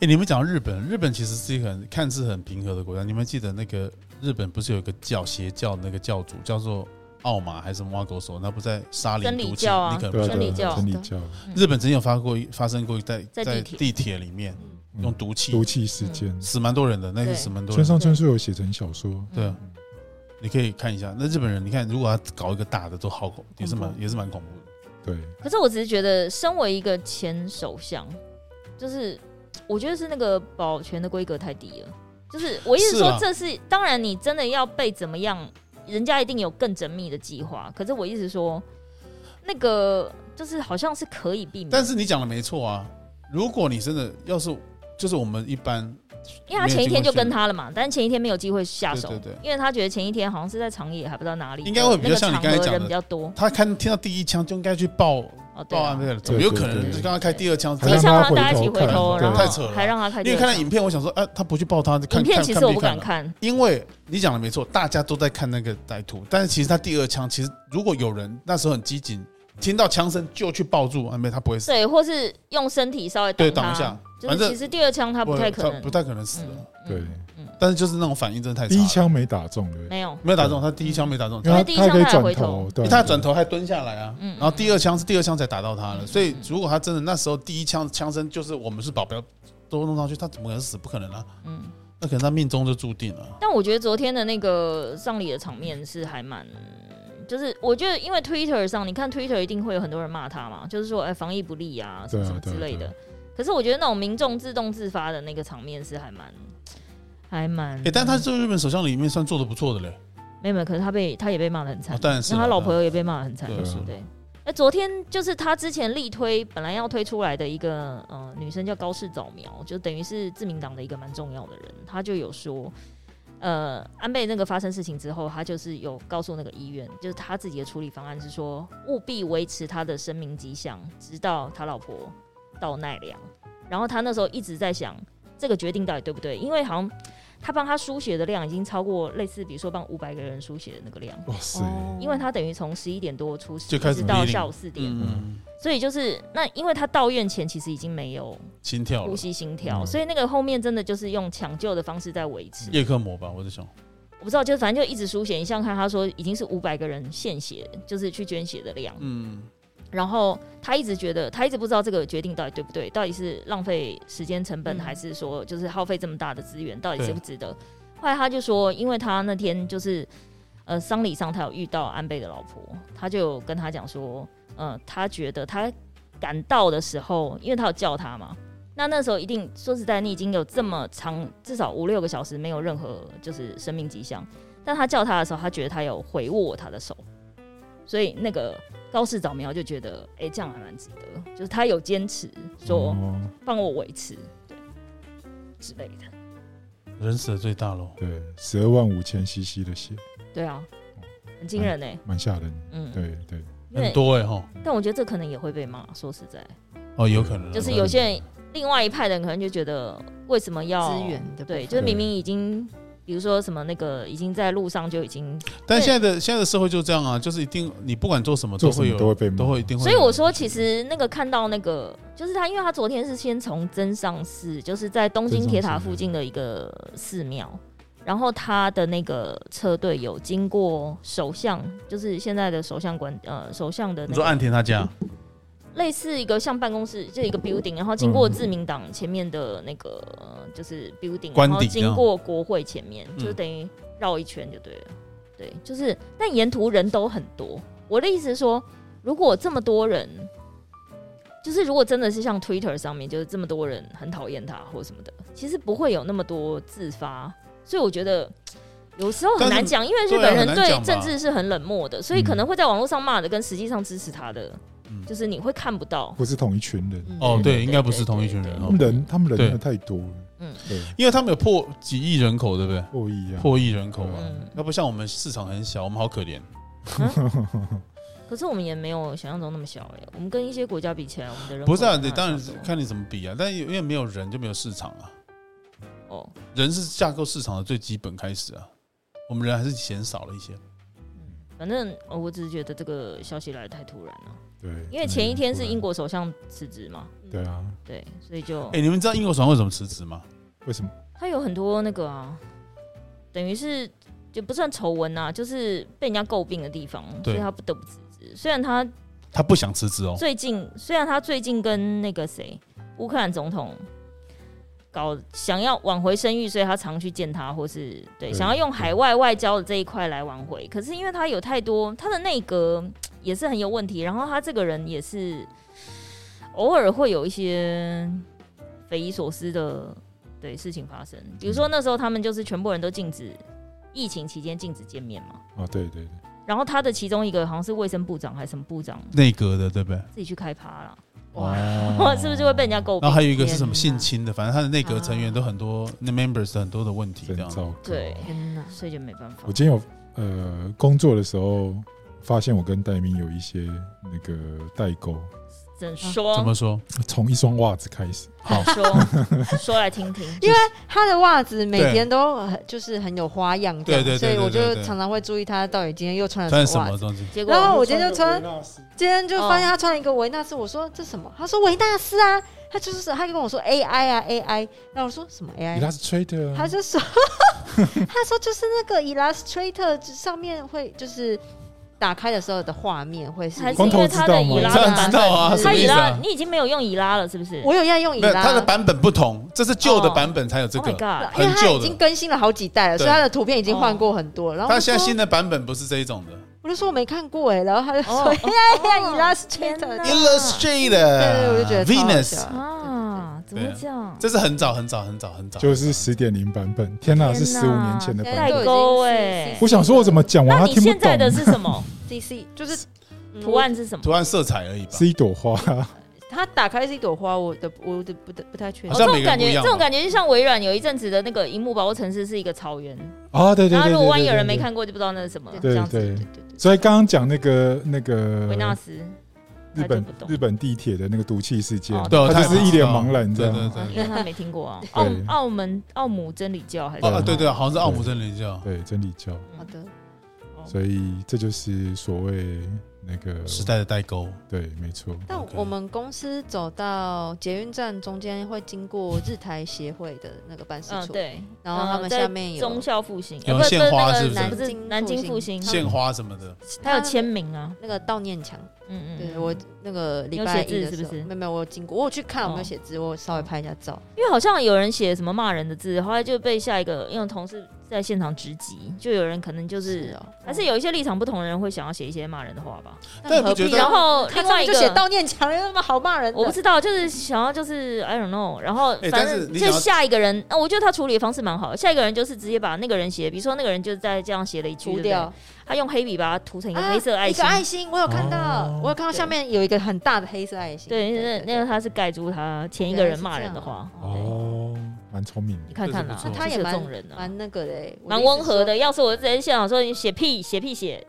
B: 哎，你们讲到日本，日本其实是一个很看似很平和的国家。你们记得那个日本不是有一个教邪教的那个教主叫做奥马还是什么挖狗手？他不在沙林
D: 真理
B: 毒气，
D: 教啊
B: 你可能不
A: 对
B: 知
A: 啊
B: 道
D: 真理
A: 对
D: 教
A: 啊真理教，
D: 嗯
B: 日本曾经有发过一发生过一在
D: 在
B: 在
D: 地铁
B: 地铁里面
A: 嗯
B: 用毒气
A: 毒气事
D: 嗯
A: 件，
B: 死蛮多人的，那个
D: 对
B: 死蛮多
A: 村
B: 人的。
A: 上春树有写成小说，
D: 嗯
B: 对啊，你可以看一下，那日本人你看，如果他搞一个大的都好恐，也是蛮也是蛮恐怖
D: 嗯
B: 的。
A: 对，
D: 可是我只是觉得，身为一个前首相，就是我觉得是那个保全的规格太低了。就是我一直
B: 是
D: 说
B: 啊
D: 这是，当然你真的要被怎么样，人家一定有更缜密的计划。可是我一直说，那个就是好像是可以避免，
B: 但是你讲的没错啊，如果你真的要是就是我们一般
D: 因为他前一天就跟他了嘛，但前一天没有机会下手，
B: 对对对
D: 因为他觉得前一天好像是在长野，还不知道哪里，
B: 应该会比较像你
D: 那个
B: 刚才
D: 场合
B: 讲的
D: 人比较多
B: 他看听到第一枪就应该去报
D: 哦，对
B: 报
D: 啊
B: 案，的，怎么有可
A: 对对
B: 能
A: 对
B: 就刚刚开第二枪？
A: 还
D: 就
A: 让
D: 像
A: 他
D: 让大家一起
A: 回
D: 回
A: 头
D: 头，
A: 看
D: 然
B: 太扯
D: 后
B: 了
D: 还让他开
B: 啊因
D: 第
B: 为
D: 二
B: 看
D: 枪，
B: 到影片，我想说，啊，他不去报他，看
D: 影片其实我不敢，
B: 看
D: 看，
B: 因为你讲的没错，大家都在看那个歹徒，但是其实他第二枪，其实如果有人那时候很机警，听到枪声就去抱住，啊，没他不会死，
D: 对，或是用身体稍微
B: 对，
D: 挡
B: 挡一
D: 他
B: 下，
D: 就
B: 反
D: 是
B: 正
D: 其实第二枪他不太可能，
B: 不太可能死的
D: 嗯。
A: 对，
B: 但是就是那种反应真的太差
A: 第
B: 了
A: 一枪没打中，对不对，
D: 没有，
B: 没有打中，他第一枪没打中，
A: 因
B: 他
A: 为
D: 他第一
A: 他
D: 枪
A: 可以
D: 他还
A: 转
D: 回
A: 头
D: 头，
A: 对啊，
B: 他转头还蹲下来啊，
D: 嗯
B: 然后第二枪是第二枪才打到他了，
D: 嗯
B: 所以如果他真的那时候第一枪枪声就是我们是保镖都弄上去，他怎么可能死？不可能啊，
D: 嗯。
B: 那可能他命中就注定了。
D: 但我觉得昨天的那个丧礼的场面是还蛮，就是我觉得因为 Twitter 上，你看 Twitter 一定会有很多人骂他嘛，就是说哎、防疫不力啊什
A: 对
D: 么
A: 啊
D: 什么
A: 对啊
D: 之类的
A: 对啊。
D: 可是我觉得那种民众自动自发的那个场面是还蛮，还蛮。
B: 哎，但他是日本首相里面算做的不错的嘞，
D: 没有没有，可是他被他也被骂的很惨
B: 哦，当然是
D: 那
B: 啦
D: 他老婆也被骂的很惨
B: 对，啊
A: 是
D: 对。那昨天就是他之前力推本来要推出来的一个呃女生叫高市早苗，就等于是自民党的一个蛮重要的人，他就有说，呃，安倍那个发生事情之后，他就是有告诉那个医院，就是他自己的处理方案是说，务必维持他的生命迹象，直到他老婆到奈良。然后他那时候一直在想这个决定到底对不对，因为好像他帮他输血的量已经超过类似比如说帮五百个人输血的那个量，
A: 哇塞，
D: 哦
E: 嗯
D: 因为他等于从十一点多出
B: 就
D: 事，
B: 开
D: 一
B: 始
D: 直到
B: meeting
D: 下午四点，
B: 嗯，
D: 所以就是那因为他到院前其实已经没有
B: 心跳
D: 呼
B: 了，
D: 吸心跳，
A: 嗯
D: 所以那个后面真的就是用抢救的方式在维持。
B: 叶克膜吧，我在想，
D: 我不知道，就是反正就一直输血，你想想看，他说已经是五百个人献血，就是去捐血的量，
B: 嗯，
D: 然后他一直觉得他一直不知道这个决定到底对不对，到底是浪费时间成本，
E: 嗯
D: 还是说就是耗费这么大的资源，到底
B: 对
D: 值不值得？后来他就说，因为他那天就是呃丧礼上他有遇到安倍的老婆，他就有跟他讲说，呃，他觉得他赶到的时候，因为他有叫他嘛。那那时候一定说实在，你已经有这么长，至少五六个小时没有任何就是生命迹象。但他叫他的时候，他觉得他有回握他的手，所以那个高市早苗就觉得，哎、这样还蛮值得，就是他有坚持说
A: 哦
D: 帮我维持，对之类的。
B: 人死的最大喽。
A: 对，十二万五千 CC 的血，
D: 对啊，很惊人呢、
A: 蛮吓人，
D: 嗯，
A: 对对，
D: 因
B: 很
D: 为
B: 多哎、欸、哈，
D: 但我觉得这可能也会被骂。说实在，
A: 嗯
B: 哦，有可能啊
D: 就是有些人另外一派的人可能就觉得，为什么要
E: 资源的部分
D: 对，就是明明已经，比如说什么那个已经在路上就已经，
B: 但现在的现在的社会就这样啊，就是一定你不管做什么
A: 做
B: 都
A: 什么
B: 会有，
A: 都会被骂
B: 都会一定会。
D: 所以我，说其实那个看到那个就是他，因为他昨天是先从真上寺，就是在东京铁塔附近的一个寺庙。然后他的那个车队有经过首相，就是现在的首相官，呃，首相的、那个。
B: 你说岸田他家，
D: 类似一个像办公室，就一个 building，然后经过
A: 嗯
D: 自民党前面的那个呃就是 building，
B: 嗯官
D: 然
B: 邸
D: 后
B: 这
D: 经
B: 样
D: 过国会前面，
B: 嗯
D: 就等于绕一圈就对了。对，就是但沿途人都很多。我的意思是说，如果这么多人，就是如果真的是像 Twitter 上面就是这么多人很讨厌他或什么的，其实不会有那么多自发。所以我觉得有时候很
B: 但
D: 难
B: 是
D: 讲，因为
B: 对啊
D: 日本人
B: 很难
D: 对
B: 讲吧
D: 政治是很冷漠的，所以可能会在网络上骂的跟实际上支持他的
B: 嗯
D: 就是你会看不到。
A: 不是同一群人，
E: 嗯
B: 哦，对，
D: 对
B: 应该不
D: 对
B: 是同一群
D: 对
B: 人
A: 他
B: 哦
A: 们，人他们人
B: 对
A: 真的太多了，
D: 嗯
A: 对，
B: 因为他们有破几亿人口，对不对？
A: 不一样。
B: 破亿人口啊，
D: 嗯，
B: 那不像我们市场很小，我们好可怜。
D: 可是我们也没有想象中那么小哎、我们跟一些国家比起来，我们的人口
B: 不是啊，
D: 没办
B: 你
D: 法
B: 当然
D: 想
B: 是
D: 象
B: 看你怎么比啊，但因为没有人就没有市场啊，
D: 哦，
B: 人是架构市场的最基本开始啊，我们人还是嫌少了一些。
D: 反正、哦、我只是觉得这个消息来的太突然了，
A: 对，
D: 因
B: 啊
D: 为前一天是英国首相辞职嘛，
A: 对啊，
D: 对，所以就、
B: 哎、你们知道英国首相为什么辞职吗？
A: 为什么？
D: 他有很多那个啊，等于是就不算丑闻呐，就是被人家诟病的地方，所
B: 对
D: 以他不得不辞职。虽然他
B: 他不想辞职哦，
D: 最近，虽然他最近跟那个谁，乌克兰总统搞想要挽回声誉，所以他常去见他，或是对
A: 对
D: 想要用海外外交的这一块来挽回。可是因为他有太多，他的内阁嘖也是很有问题，然后他这个人也是偶尔会有一些匪夷所思的对事情发生。比如说那时候他们就是全部人都禁止疫情期间禁止见面嘛，
A: 啊，对对对，
D: 然后他的其中一个好像是卫生部长还是什么部长
B: 内阁的，对不对？
D: 自己去开趴了。
E: 哇，
A: 哦
D: [laughs]
B: 哇
D: 是不是就会被人家诟病
B: 然后还有一个是什么
E: 天
B: 性
E: 哪啊
B: 侵的，反正他的内阁成员都很多，那 members 很多的问题这
A: 真
B: 样。
A: 糟糕。
D: 对
E: 天哪！
D: 所以就没办法
A: 我。今天有呃工作的时候，发现我跟戴明有一些那个代沟，
D: 怎说？
B: 怎么
E: [laughs]
B: 说？
A: 从一双袜子开始。
B: 好
D: 怎
B: [laughs]
D: 说？说来听听。
E: 因为他的袜子每
B: 对
E: 天都很就是很有花样这样，
B: 对对对
E: 所以我
B: 对对
E: 就
B: 对
E: 常常会注意他到底今天又穿了
B: 穿
E: 什
B: 什
E: 么袜
B: 么
E: 子。
B: 东西？
D: 结果
E: 然后我今天就穿，
A: 我
E: 今天就发现他穿了一个维纳斯，我说这什么？他说维纳斯啊，他就是他就跟我说 AI 啊 AI，然后我说什么
D: 哎
E: AI？
A: 他是吹的啊，
E: 他就说， [laughs] 他说就是那个 Illustrator 上面会就是打开的时候的画面会是，
D: 还是
A: 光
D: 因
A: 头
D: 为
A: 知
D: 他
A: 道
D: 的
A: 吗
D: 以拉
B: 当然
D: 版
B: 知道啊，
E: [laughs] 他
B: 什
D: 他
B: 么
D: 以
B: 意思
D: 拉
B: 啊？
D: 你已经没有用以拉了，是不是？
E: 我有要用
B: 没有，它的
E: Illustrator，
B: 版本不同，这是旧的
D: 哦
B: 版本才有这
D: Oh
B: 个
D: my，god！ [laughs]
E: 因为
B: 很
E: 他
B: 旧
E: 已经
B: 的。
E: 更新了好几代了，所以
B: 对
E: 他的图片已经换过很多了。然后
B: 它
E: 我
B: 现
E: 就
B: 在新
E: 说，
B: 的版本不是这一种的
E: 我就说我没看过哎，然后他就
D: 哦
E: 说 [laughs]
D: 哦
E: 哎呀
D: 哦
E: Illustrator，
D: 天哪
E: 对
B: ，Illustrator，
E: 对，我就觉得超好
B: Venus，
E: 笑
D: 啊，怎么会这样？
B: 这是很早很早很早很早，
A: 就是十点零版本。天哪，
D: 天
A: 是
D: 哪
A: 十五年前的
E: 现
A: 版
E: 在
A: 本。
E: 都已
D: 代沟
E: 经
D: 欸
E: 是
A: 我想说，我怎么讲完
D: 那
A: 他
D: 你
A: 听不
D: 现在的
A: 懂？
D: 是
B: [laughs]
D: 什么
E: CC 就是嗯
D: 图案是什么？
B: 图案色彩而已吧。
A: 是一朵花，
E: 它打开是一朵花，我的我的不得不太确
D: 哦
B: 好
E: 定。
D: 这
B: 像
D: 种
B: 每个人
D: 感
B: 不一
D: 觉，
B: 样啊
D: 这种感觉就像微软有一阵子的那个荧幕保护城市是一个草原，
A: 啊，对对对对
D: 然后
A: 对
D: 如果万一有人
A: 对
D: 没
A: 对
D: 看过，就不知道那是什么
E: 对
D: 这样
A: 对
D: 子。
E: 对对对，
A: 所以刚刚讲那个那个
D: 维纳斯，
A: 日
D: 他就
A: 本
D: 不懂
A: 日本地铁的那个毒气事件
D: 哦，
B: 对哦，
A: 他只
B: 也
A: 是
B: 不
A: 一
B: 知
A: 脸
B: 道
A: 茫然这
B: 对
A: 样。
B: 对对。
D: 因为他没听过啊。澳
A: 对
D: 澳门澳姆真理教还是
B: 哦
D: 什
B: 啊，
D: 么？
B: 对对，好像是奥姆真理教
A: 对，真理教。
D: 嗯
E: 好的，
D: 哦
A: 所以这就是所谓那个
B: 时，代的代沟。
A: 对，没错。
E: 但
B: OK
E: 我们公司走到捷运站中间会经过日台协会的那个办事
D: 嗯，
E: 处，
D: 对。
E: 然后他们
D: 在
E: 下面有
D: 忠孝复兴，
B: 有
D: 呃不是
B: 献花
D: 那个
B: 是不是
D: 南不是南京复兴，
B: 献花什么的，
D: 它有签名啊，
E: 那个悼念墙。
D: 嗯嗯，
E: 对我那个礼
D: 有
E: 拜
D: 写字
E: 一的时
D: 是不
E: 候，
D: 是
E: 没有没有，我有经过，我有去看，我没有
D: 哦
E: 写字，我稍微拍一下照。
D: 因为好像有人写什么骂人的字，后来就被下一个，因为同事在现场直击，就有人可能就是，
E: 哦，
D: 还是有一些立场不同的人会想要写一些骂人的话吧。
B: 但
E: 何
B: 不觉
E: 必
B: 得
E: 呢
D: 然后
E: 哦他
D: 另外一
E: 上面就写
D: 个。
E: 悼念墙，有什么好骂人的？
D: 我不知道，就是想要就是 I don't know，然后
B: 哎
D: 反
B: 但是
D: 正
B: 你
D: 就
B: 想要
D: 下一个人，啊，我觉得他处理的方式蛮好的。下一个人就是直接把那个人写，比如说那个人就在这样写了一句，对
E: 除
D: 不对
E: 掉
D: 他用黑笔把它涂成一个
E: 啊
D: 黑色爱
E: 一
D: 心
E: 个，爱心，我有看到
A: 哦，
E: 我有看到下面有一个很大的黑色爱心。
D: 对，那那个他是盖住他前一个人骂人
E: 啊
D: 的话，对，
A: 哦，蛮聪明
D: 你
A: 的。
D: 看看
B: 这
D: 啦
B: 是，不
E: 那
B: 错
E: 他也
D: 就是有这
E: 蛮
D: 种人啊，
E: 蛮那个的欸，我的
D: 蛮
E: 意思
D: 温
E: 是
D: 和
E: 说
D: 的。要是我就直接现场说你写屁写
E: [laughs]
D: 屁写，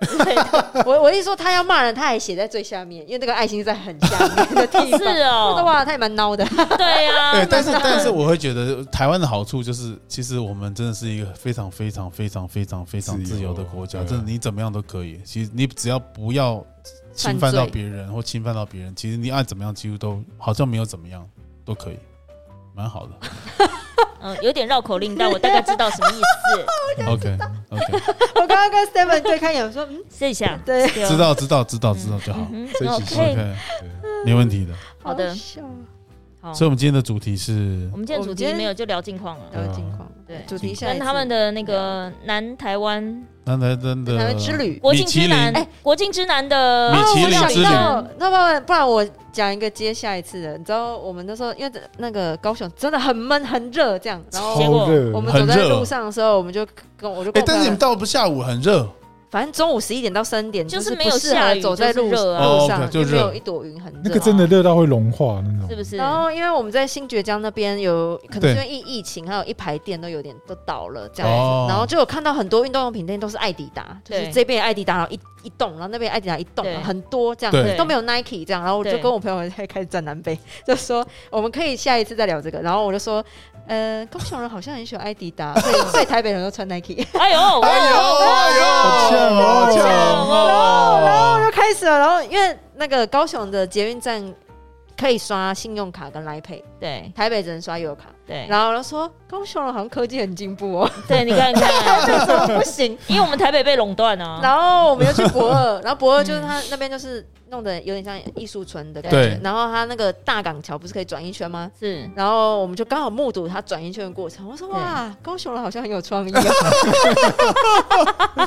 E: 我我一说他要骂人，他还写在最下面，因为那个爱心是在很下面的地方。[laughs]
D: 是
E: 的
D: 哦，
E: 话，他也蛮孬的。
D: 对呀、
B: 对，哎但是但是我会觉得台湾的好处就是，其实我们真的是一个非常非常非常非常非常自由的国家，
A: 自由
B: 真的你怎么样都可以。其实你只要不要侵犯到别人或侵犯到别人，其实你爱怎么样几乎都好像没有怎么样都可以，蛮好的。
D: 嗯，有点绕口令，但我大概知道什么意
E: [laughs]
D: 思。
B: OK OK，
E: 我刚刚跟 Steven 对看一眼，我说嗯，
D: 试一下，
E: 对，
D: 对哦
B: 知，道知道知道知道就好。
D: 嗯
A: 这
D: 哼
A: 一集是
D: OK，
B: OK，
A: 对
B: 没问题的。
D: 好的
E: 笑啊
D: 好，
B: 所以我们今天的主题是
D: 我们今天
E: 我
D: 主
E: 们
D: 题
E: 今天
D: 没有就聊近况了，
E: 聊近况，
D: 哦对
E: 主题下
D: 跟他们的那个南台湾
B: 南台湾
E: 台
B: 的
E: 湾之旅。
D: 国境之南，
B: 米其林
D: 哎，国境之南的哦
B: 米其
E: 哦我
B: 林
E: 想
B: 之旅
E: 到，那不然不然我讲一个接下一次的。你知道我们那时候因为那个高雄真的很闷很热，这样，然后
D: 结果
A: 超热
E: 我们走在
B: 很热
E: 路上的时候，我们就跟我就
B: 哎
E: 跟，
B: 但
E: 我
B: 是
E: 朋
B: 你
E: 友
B: 们到了不下午很热，
E: 反正中午十一点到三点
D: 就是是没
E: 不
D: 有
E: 适合
D: 下雨
E: 走在
D: 就是
E: 路
D: 热啊
E: 路
B: 哦
E: 上，
B: 就
E: 也没有
B: 热
E: 一朵云很热。啊
A: 那个真的热到会融化那种，
D: 是不是？
E: 然后，因为我们在新觉江那边有可
B: 对
E: 能是因为疫疫情，还有一排店都有点都倒了这样子，
B: 哦
E: 然后就有看到很多运动用品店都是艾迪达，就
D: 对
E: 是这边艾迪达然后一一栋，然后那边艾迪达一栋啊
D: 对，
E: 很多这样
B: 对
E: 都没有 Nike 这样，然后我就
D: 对
E: 跟我朋友在开始站南北，就说我们可以下一次再聊这个，然后我就说，呃，高雄人好像很喜欢艾迪达，所以 [laughs] 所以台北人都穿 Nike，[laughs]
D: 哎呦，
B: 哎呦哎呦，
A: 好呛哦
B: 好呛哦！
E: 就开始了，然后因为那个高雄的捷运站可以刷信用卡跟 Line Pay，
D: 对
E: 台北只能刷悠游卡。
D: 对
E: 然后我就说高雄人好像科技很进步哦，
D: 对，你
E: [laughs]
D: 看看，
E: 怎么不行？
D: 因为我们台北被垄断啊，
E: [laughs] 然后我们又去博二，然后博二就是他那边就是弄得有点像艺术村的感觉
B: 嗯对。
E: 然后他那个大港桥不是可以转一圈吗？
D: 是
E: 然后我们就刚好目睹他转一圈的过程。我说
D: 对
E: 哇，高雄人好像很有创意、哦。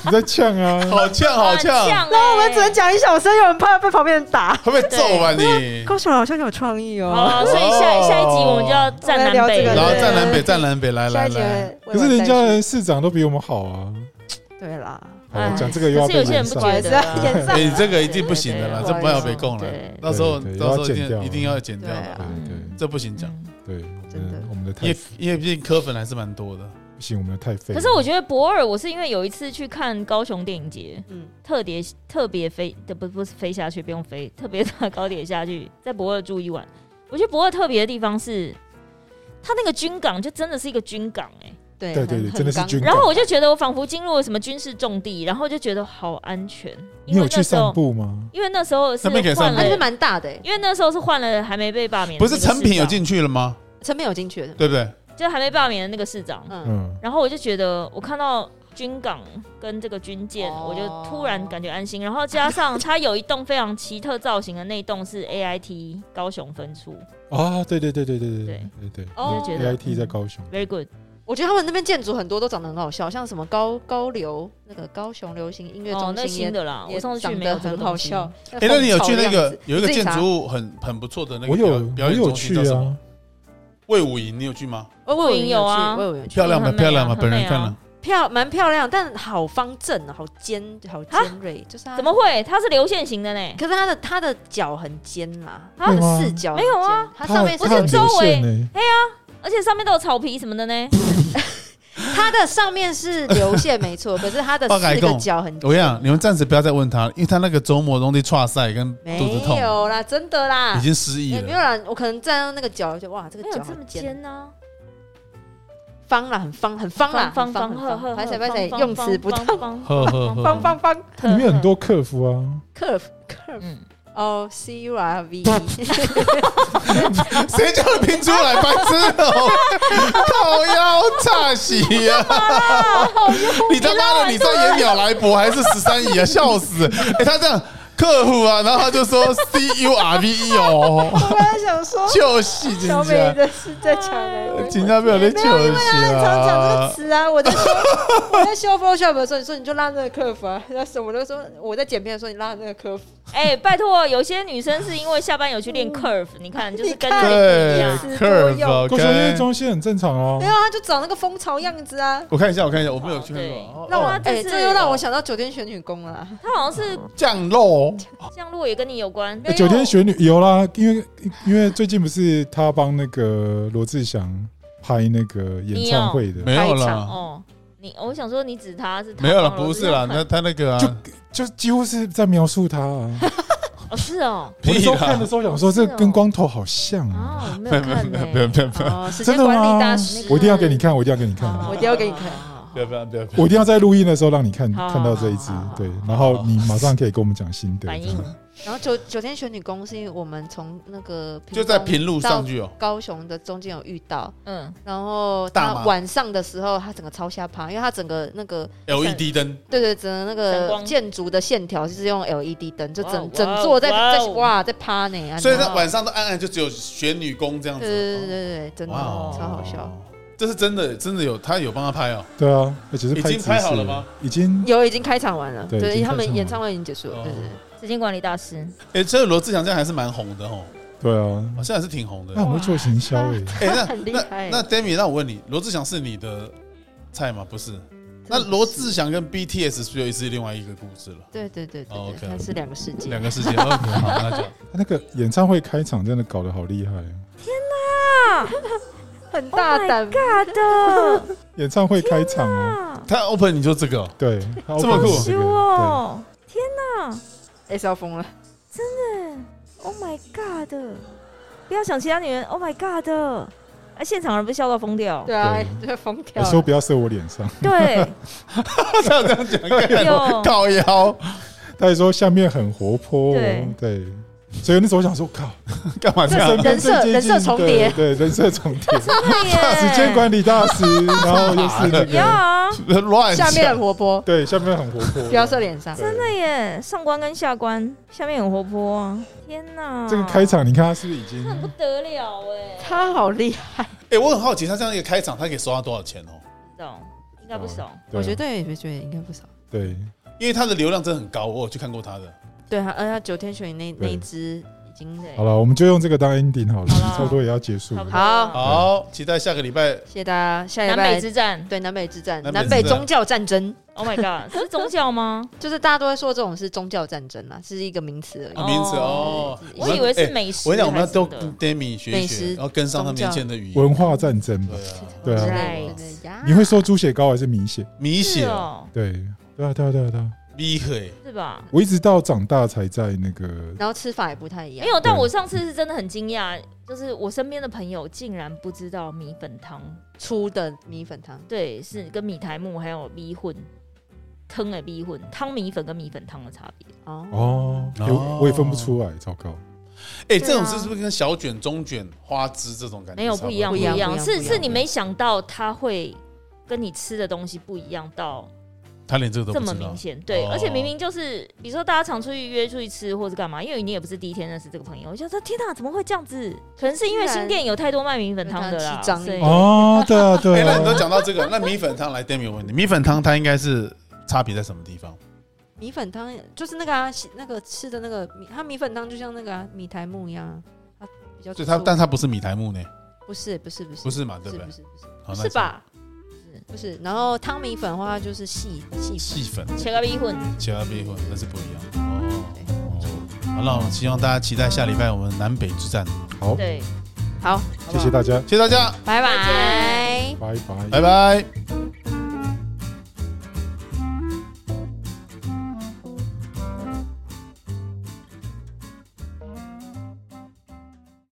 A: 你在呛
D: [laughs]
A: 啊？
B: 好呛好呛，
D: 然后
E: 我们只能讲一小声，有人怕被旁边人打。
B: 会被揍吧你？
E: [laughs] 高雄人好像很有创意
D: 好
E: 哦。
D: 啊，所以下下一集我们就要站南北，
E: 我们来聊这个
B: 然后
E: 对
B: 站南北站南北，来
E: 下
B: 来
E: 一节
B: 来，
E: 委
A: 可
E: 婉
A: 是人家
E: 再
A: 的
E: 续
A: 市长都比我们好啊！
E: 对啦，
A: 好
D: 哎，
A: 讲这个又要
D: 可是
A: 被
D: 有些人
A: 延
D: 不
A: 上
D: 觉。得啊
E: 对演上
B: 哎，你这个一定不行的啦，
E: 对
B: 这不要
E: 不好
B: 被
E: 意思
B: 供了
D: 对，
B: 到时候
A: 对对
B: 到时
A: 要
B: 候一
A: 剪掉
B: 定一定要剪掉
E: 对，啊
A: 对
D: 嗯
B: 这不行讲，
A: 对对，我
E: 真
A: 们
E: 的
A: 我们的
B: 因
A: 太
B: 为因为毕竟科粉还是蛮多的。
A: 不行，我们的太废了。
D: 可是我觉得博尔，我是因为有一次去看高雄电影节，
E: 嗯，
D: 特别特别飞的不不是飞下去，不用飞，特别搭高铁下去， [laughs] 在博尔住一晚。我觉得博尔特别的地方是，它那个军港就真的是一个军港哎、
E: 对
A: 对对对
E: 很
A: 真的是
E: 很刚
A: 军
D: 然后我就觉得我仿佛进入了什么军事重地，然后就觉得好安全。
A: 你
D: 因
A: 有
D: 为那
A: 去
D: 时
A: 散
D: 候，
A: 步吗？
D: 因为那时候是
B: 那边可以散
D: 换
B: 步
E: 那是
D: 了，
E: 蛮大的欸，
D: 因为那时候是换了还没被罢免的
B: 不
D: 那
B: 是
D: 个市长，
B: 成品有进去了吗？
E: 陈没有进去的。
B: 对不对？
D: 就还没罢免的那个市长。
E: 嗯，
A: 嗯，
D: 然后我就觉得，我看到军港跟这个军舰，
E: 哦
D: 我就突然感觉安心。然后加上它有一栋非常奇特造型的那一栋是 AIT 高雄分处
A: 啊，对对对对对对
D: 对
A: 对对
E: 哦
D: 就觉得
A: ，AIT 在高雄，
D: ，very good。
E: 我觉得他们那边建筑很多都长得很好笑，像什么高高流那个高雄流行音乐
D: 哦，
E: 中
D: 那
E: 心也、
D: 新的啦，
E: 也
D: 我上次去
E: 长
D: 没
E: 得
D: 有这个
E: 很
D: 东
E: 好
D: 西
E: 笑。。
B: 哎，那你有去那
E: 很吵的样
B: 个
E: 子
B: 有一个
E: 自己
B: 建
E: 查
B: 筑物很很不错的那个
A: 我有
B: 表
A: 我
B: 表演
A: 有
B: 中心
A: 去
B: 叫什么
A: 啊？，
B: 魏武营，你有去吗？
E: 哦我有
D: 有啊
E: 我有去我有去，
B: 漂亮吗？
D: 很美啊
B: 漂亮吗？
D: 很
B: 本人
D: 美啊
B: 看了，
E: 漂蛮漂亮，但好方正啊，好尖，好尖锐，就是它
D: 怎么？会？它是流线型的呢？
E: 可是它的它的脚很尖啦，
D: 啊
E: 它的四脚很
D: 没有啊
E: 尖，它上面
A: 它
E: 是
A: 它
E: 有
A: 很
D: 周
A: 流
D: 围哎
A: 线呢，
D: 而且上面都有草皮什么的呢？
E: 它的上面是流线没错，可是它的
B: 我跟你
E: 四个
B: 讲
E: 脚很
B: 我跟你讲，你们暂时不要再问他，因为他那个周末容易岔赛跟肚子痛
E: 没，有啦，真的啦，
B: 已经失忆
E: 也没有
B: 了。
E: 啦，我可能站到那个脚就哇，这
D: 没
E: 个
D: 有
E: 脚
D: 这么
E: 很尖，
D: 尖啊呢？
E: 方啦，很方，很方啦，
D: 方
E: 很方，
D: 方
E: 很
D: 呵呵，
E: 方，拍谁
D: 呵
E: 拍谁，
D: 方
E: 用词不
D: 方
E: 当，
A: [laughs]
B: [laughs]
D: 方
B: 呵呵呵
E: 方
B: 呵，
E: 方 [laughs] 方
A: 里面很多客服啊，
E: ，curve curve，
D: 嗯，
E: 哦，C U R
A: [laughs]
E: V，
B: 谁叫你拼出来白痴哦？靠腰岔喜呀！你他妈的，你在演鸟来博还是十三姨啊？笑死！哎，他这样客户啊，然后他就说 C U R V E 哦，
E: 我本来想说
B: 就是真
E: [laughs] 小美
B: 的。
E: 的是在抢
D: 哎
E: 人，
A: 哎
B: 警察没有在
E: 没有，因
B: 救
E: 为
A: 啊
E: 他很常讲这个
B: 啊！
E: 词啊，我在修我在修 Photoshop 的时候，你说你就拉那个客服啊，那什么都说我在剪片的时候你拉那个客服，
A: 哦
D: 哎，拜托，有些女生是因为下班有去
C: 嗯
D: 练 curve，你看就是跟
E: 你看
D: 你一
B: 对
D: 样。
B: ，curve
A: 高雄音乐
B: OK。
A: 中心很正常哦
E: 没。有啊，就找那个蜂巢样子啊。
B: 我看一下，我看一下，我没有去
D: 对
B: 过。
E: 让我
D: 哇这
E: 哎，
D: 哦是
E: 这又
A: 哦
E: 让我想到酒店选女工了啊
A: [laughs]
E: 啦。
D: 他好像是
B: 酱肉，
D: 降落也跟你有关，
A: 哎九天玄女有啦，因为因为最近不是他帮那个罗志祥拍那个演唱会的，
B: 没有
E: 开
B: 了
E: 场，
D: 哦。你我想说你指他是他
B: 没有了，
D: 帮我
B: 不是啦，
D: 弄
B: 那他那个啊
A: 就就几乎是在描述他啊。
D: 哦是哦
A: 我那时候
B: [laughs] 屁啦 [laughs]
A: 看的时候想说，这跟光头好像啊，
D: 哦
B: 嗯
D: 没
B: 没
D: 有
B: 有没有
D: 看
B: 没
D: 呢
B: 有没有没有没
E: 哦，时
A: 真的
E: 间管理
A: 吗
E: 大师？，
A: 我一定要给你看，我一定要给你看，
D: 好
E: 我一定要给你看。
B: 有不要不要不要，
A: 我一定要在录音的时候让你看
D: 好
A: 看到这一支
E: 好好，好
A: 对
E: 好，
A: 然后你马上可以跟我们讲心得。
D: 反应
E: 然后九九天选女工是因为我们从那个屏
B: 就在
E: 东
B: 平路上去哦，
E: 高雄的中间有遇到，
D: 嗯
E: 然后
B: 大
E: 他
B: 麻
E: 晚上的时候，他整个超瞎趴，因为他整个那个
B: LED 灯，
E: 对对，整个那
D: 闪
E: 个
D: 光
E: 建筑的线条就是用 LED 灯，就
D: 哇哦
E: 整整座在
D: 哇哦
E: 在哇在趴呢，啊
B: 所以
E: 然
B: 在
E: 后
B: 晚上都暗暗，就只有选女工这样
E: 对
B: 子。
E: 对对对对，真的
B: 哇哦，
E: 超好笑。
B: 这是真的，真的有他有帮他拍哦。
A: 对啊，而且是
B: 已
A: 拍
B: 经
A: 姿
B: 拍好
A: 势
B: 了吗？
A: 已经
E: 有已经开场完了，
A: 对已
E: 对
A: 经开
E: 他
A: 场
E: 们演
A: 完
E: 唱会已经结束了，
B: 哦
E: 对对对。
D: 时间管理大师
B: 哎，这罗志祥这样还是蛮红的哦，
A: 对啊，
B: 好像还是挺红的哦
A: 那。我会做行销诶，欸啊
B: 哎，那
E: 很厉
B: 那
E: 害
B: 那 Demi，那我问你，罗志祥是你的菜吗？不是，那罗志祥跟 BTS 又是另外一个故事了，
E: 对对对对
B: 哦
E: 对，
B: ，OK
E: 它是两个世界。
B: 两个世界。OK，好， [laughs] 那就
A: 他那个演唱会开场真的搞得好厉害啊！
E: 很大
B: Oh
E: 胆，
C: 尬的，
A: 演唱会开场哦，
C: 啊，
B: 他 open 你就这个哦，
A: 对，他
B: [laughs] 这么
A: open
B: 酷
A: 是这
C: 修
A: 个
C: 哦
E: 哎，是要疯了，
C: ，Oh my God，不要想其他女人，Oh my God，啊，现场人不是笑到疯掉？
E: 对啊，
A: 对
E: [laughs] 对，疯
A: 对
E: 掉
A: 我
B: 哎
E: 了。
A: 说不要射我脸上， [laughs]
B: [laughs]
C: 对，
B: 他这样讲，干
D: 有
B: 靠腰，
A: 他还说下面很活泼哦
C: 对，
A: 对，所以那时候我想说，靠，
B: 干嘛这
A: 这
B: 样？
A: 身份
E: 人设
A: 最接近
E: 人设重叠
A: 对，对人设重
E: [laughs]
A: 叠，
D: 对耶
A: 时间管理大师，然后又是那
C: 有
A: 个，
C: 啊，
B: 乱
E: 下
B: 讲
E: 面很活泼，
A: 对，下面很活泼，
E: 不要射脸上。
A: 真
C: 对耶，上官跟下官下面很活泼啊，天哪，
A: 这个开场，你看他是不是已经
D: 不得了哎，
E: 他好厉害，
B: 哎，我很好奇，他这样一个开场，他可以收到多少钱哦？
D: 懂应该不少。
A: 对啊
E: 我觉得也觉得应该不少。
A: 对，
B: 因为他的流量真的很高，我有去看过他的。
E: 对他，而且他九天玄女那
A: 对
E: 那一只已经
D: 对
A: 好了，我们就用这个当 ending 好了，
D: 好啦
A: 差不多也要结
B: 嗯
A: 束了。
E: 好
B: 好，期待下个礼拜
E: 谢谢大家，下礼
D: 南北
E: 拜
D: 之战
E: 对南北之战，
B: 南北
E: 南
B: 之
E: 北
B: 战
E: 宗教战争，
D: ，Oh my
B: [laughs]
D: god，是宗教吗？
E: 就是大家都会说这种是宗教战争啦，是一个名词而已。
B: 啊名词哦。
E: 对
D: 我
B: 们
D: 以为
B: 哎
D: 是美食
B: 我跟你讲，我
D: 还
B: 们要
D: 是什
B: 都
D: 么的，
B: 跟 Demi 学一学，
E: 美食
B: 然后跟上他们
E: 宗教
B: 年轻人的语言。
A: 文化战争吧，
B: 对
A: 对
B: 啊，
E: 之
A: 啊
E: 类的
D: Right
E: 对呀
A: 你会说猪血糕还是米血？
B: 米
D: 是
B: 血、
D: 哦，
A: 对，对啊，对啊，对啊，对啊。
B: 米血，
D: 是吧？
A: 我一直到长大才在那个，
E: 然后吃法也不太一样
D: 没。有，但
A: 对
D: 我上次是真的很惊讶，就是我身边的朋友竟然不知道米粉汤，
E: 粗的米粉汤，
D: 对，是跟米苔木还有米混汤的米混汤米粉跟米粉汤的差别。
E: 哦
A: 哦，
B: 哦
A: 有我也分不出来，糟糕。
B: 哎、这种
D: 对啊
B: 是不是跟小卷、中卷、花枝这种感觉
D: 没有
B: 差
D: 不
B: 多
D: 一样，
E: 不一
D: 一
E: 样不一样
D: 是
E: 不一
D: 是
E: 样
D: 你没想到它会跟你吃的东西不一样到
B: 他连这个都
D: 这
B: 不
D: 么
B: 知道
D: 明。显，对，
B: 哦
D: 而且明明就是比如说大家常出去约出去吃或者干嘛，因为你也不是第一天认识这个朋友，我就说天哪，怎么会这样子？可能是因为
E: 居然
D: 新店有太多卖米粉汤的啦，
E: 有啊糖七张
D: 所以
A: 哦，对啊，
B: 哎、
A: 对
B: [laughs] 那你都
A: 啊。
B: 讲到这个，那米粉汤来 Demi 有问题，米粉汤它应该是差别在什么地方？
E: 米粉汤就是那个啊，那个吃的那个米，它米粉汤就像那个、啊、米苔木一样啊，它比较粗。
B: 就它，但它不是米苔木呢，
E: 不是不是不是
B: 不是嘛？
E: 不
B: 对
E: 是
B: 对
E: 不？是不是
B: 好
D: 是？吧？
E: 不是，然后汤米粉的话就是细细
B: 那
E: 粉，
B: 细粉、
D: 切个米粉，
B: 其他米粉那是不一样。哦
E: 对，
B: 哦好了，我希望大家期待下礼拜我们南北之战。
A: 好，
D: 对，
E: 好，好不
A: 谢
E: 好
A: 谢大家，哎
B: 谢谢大家，
E: 拜
D: 再
E: 拜。
A: 拜拜，
B: 拜拜。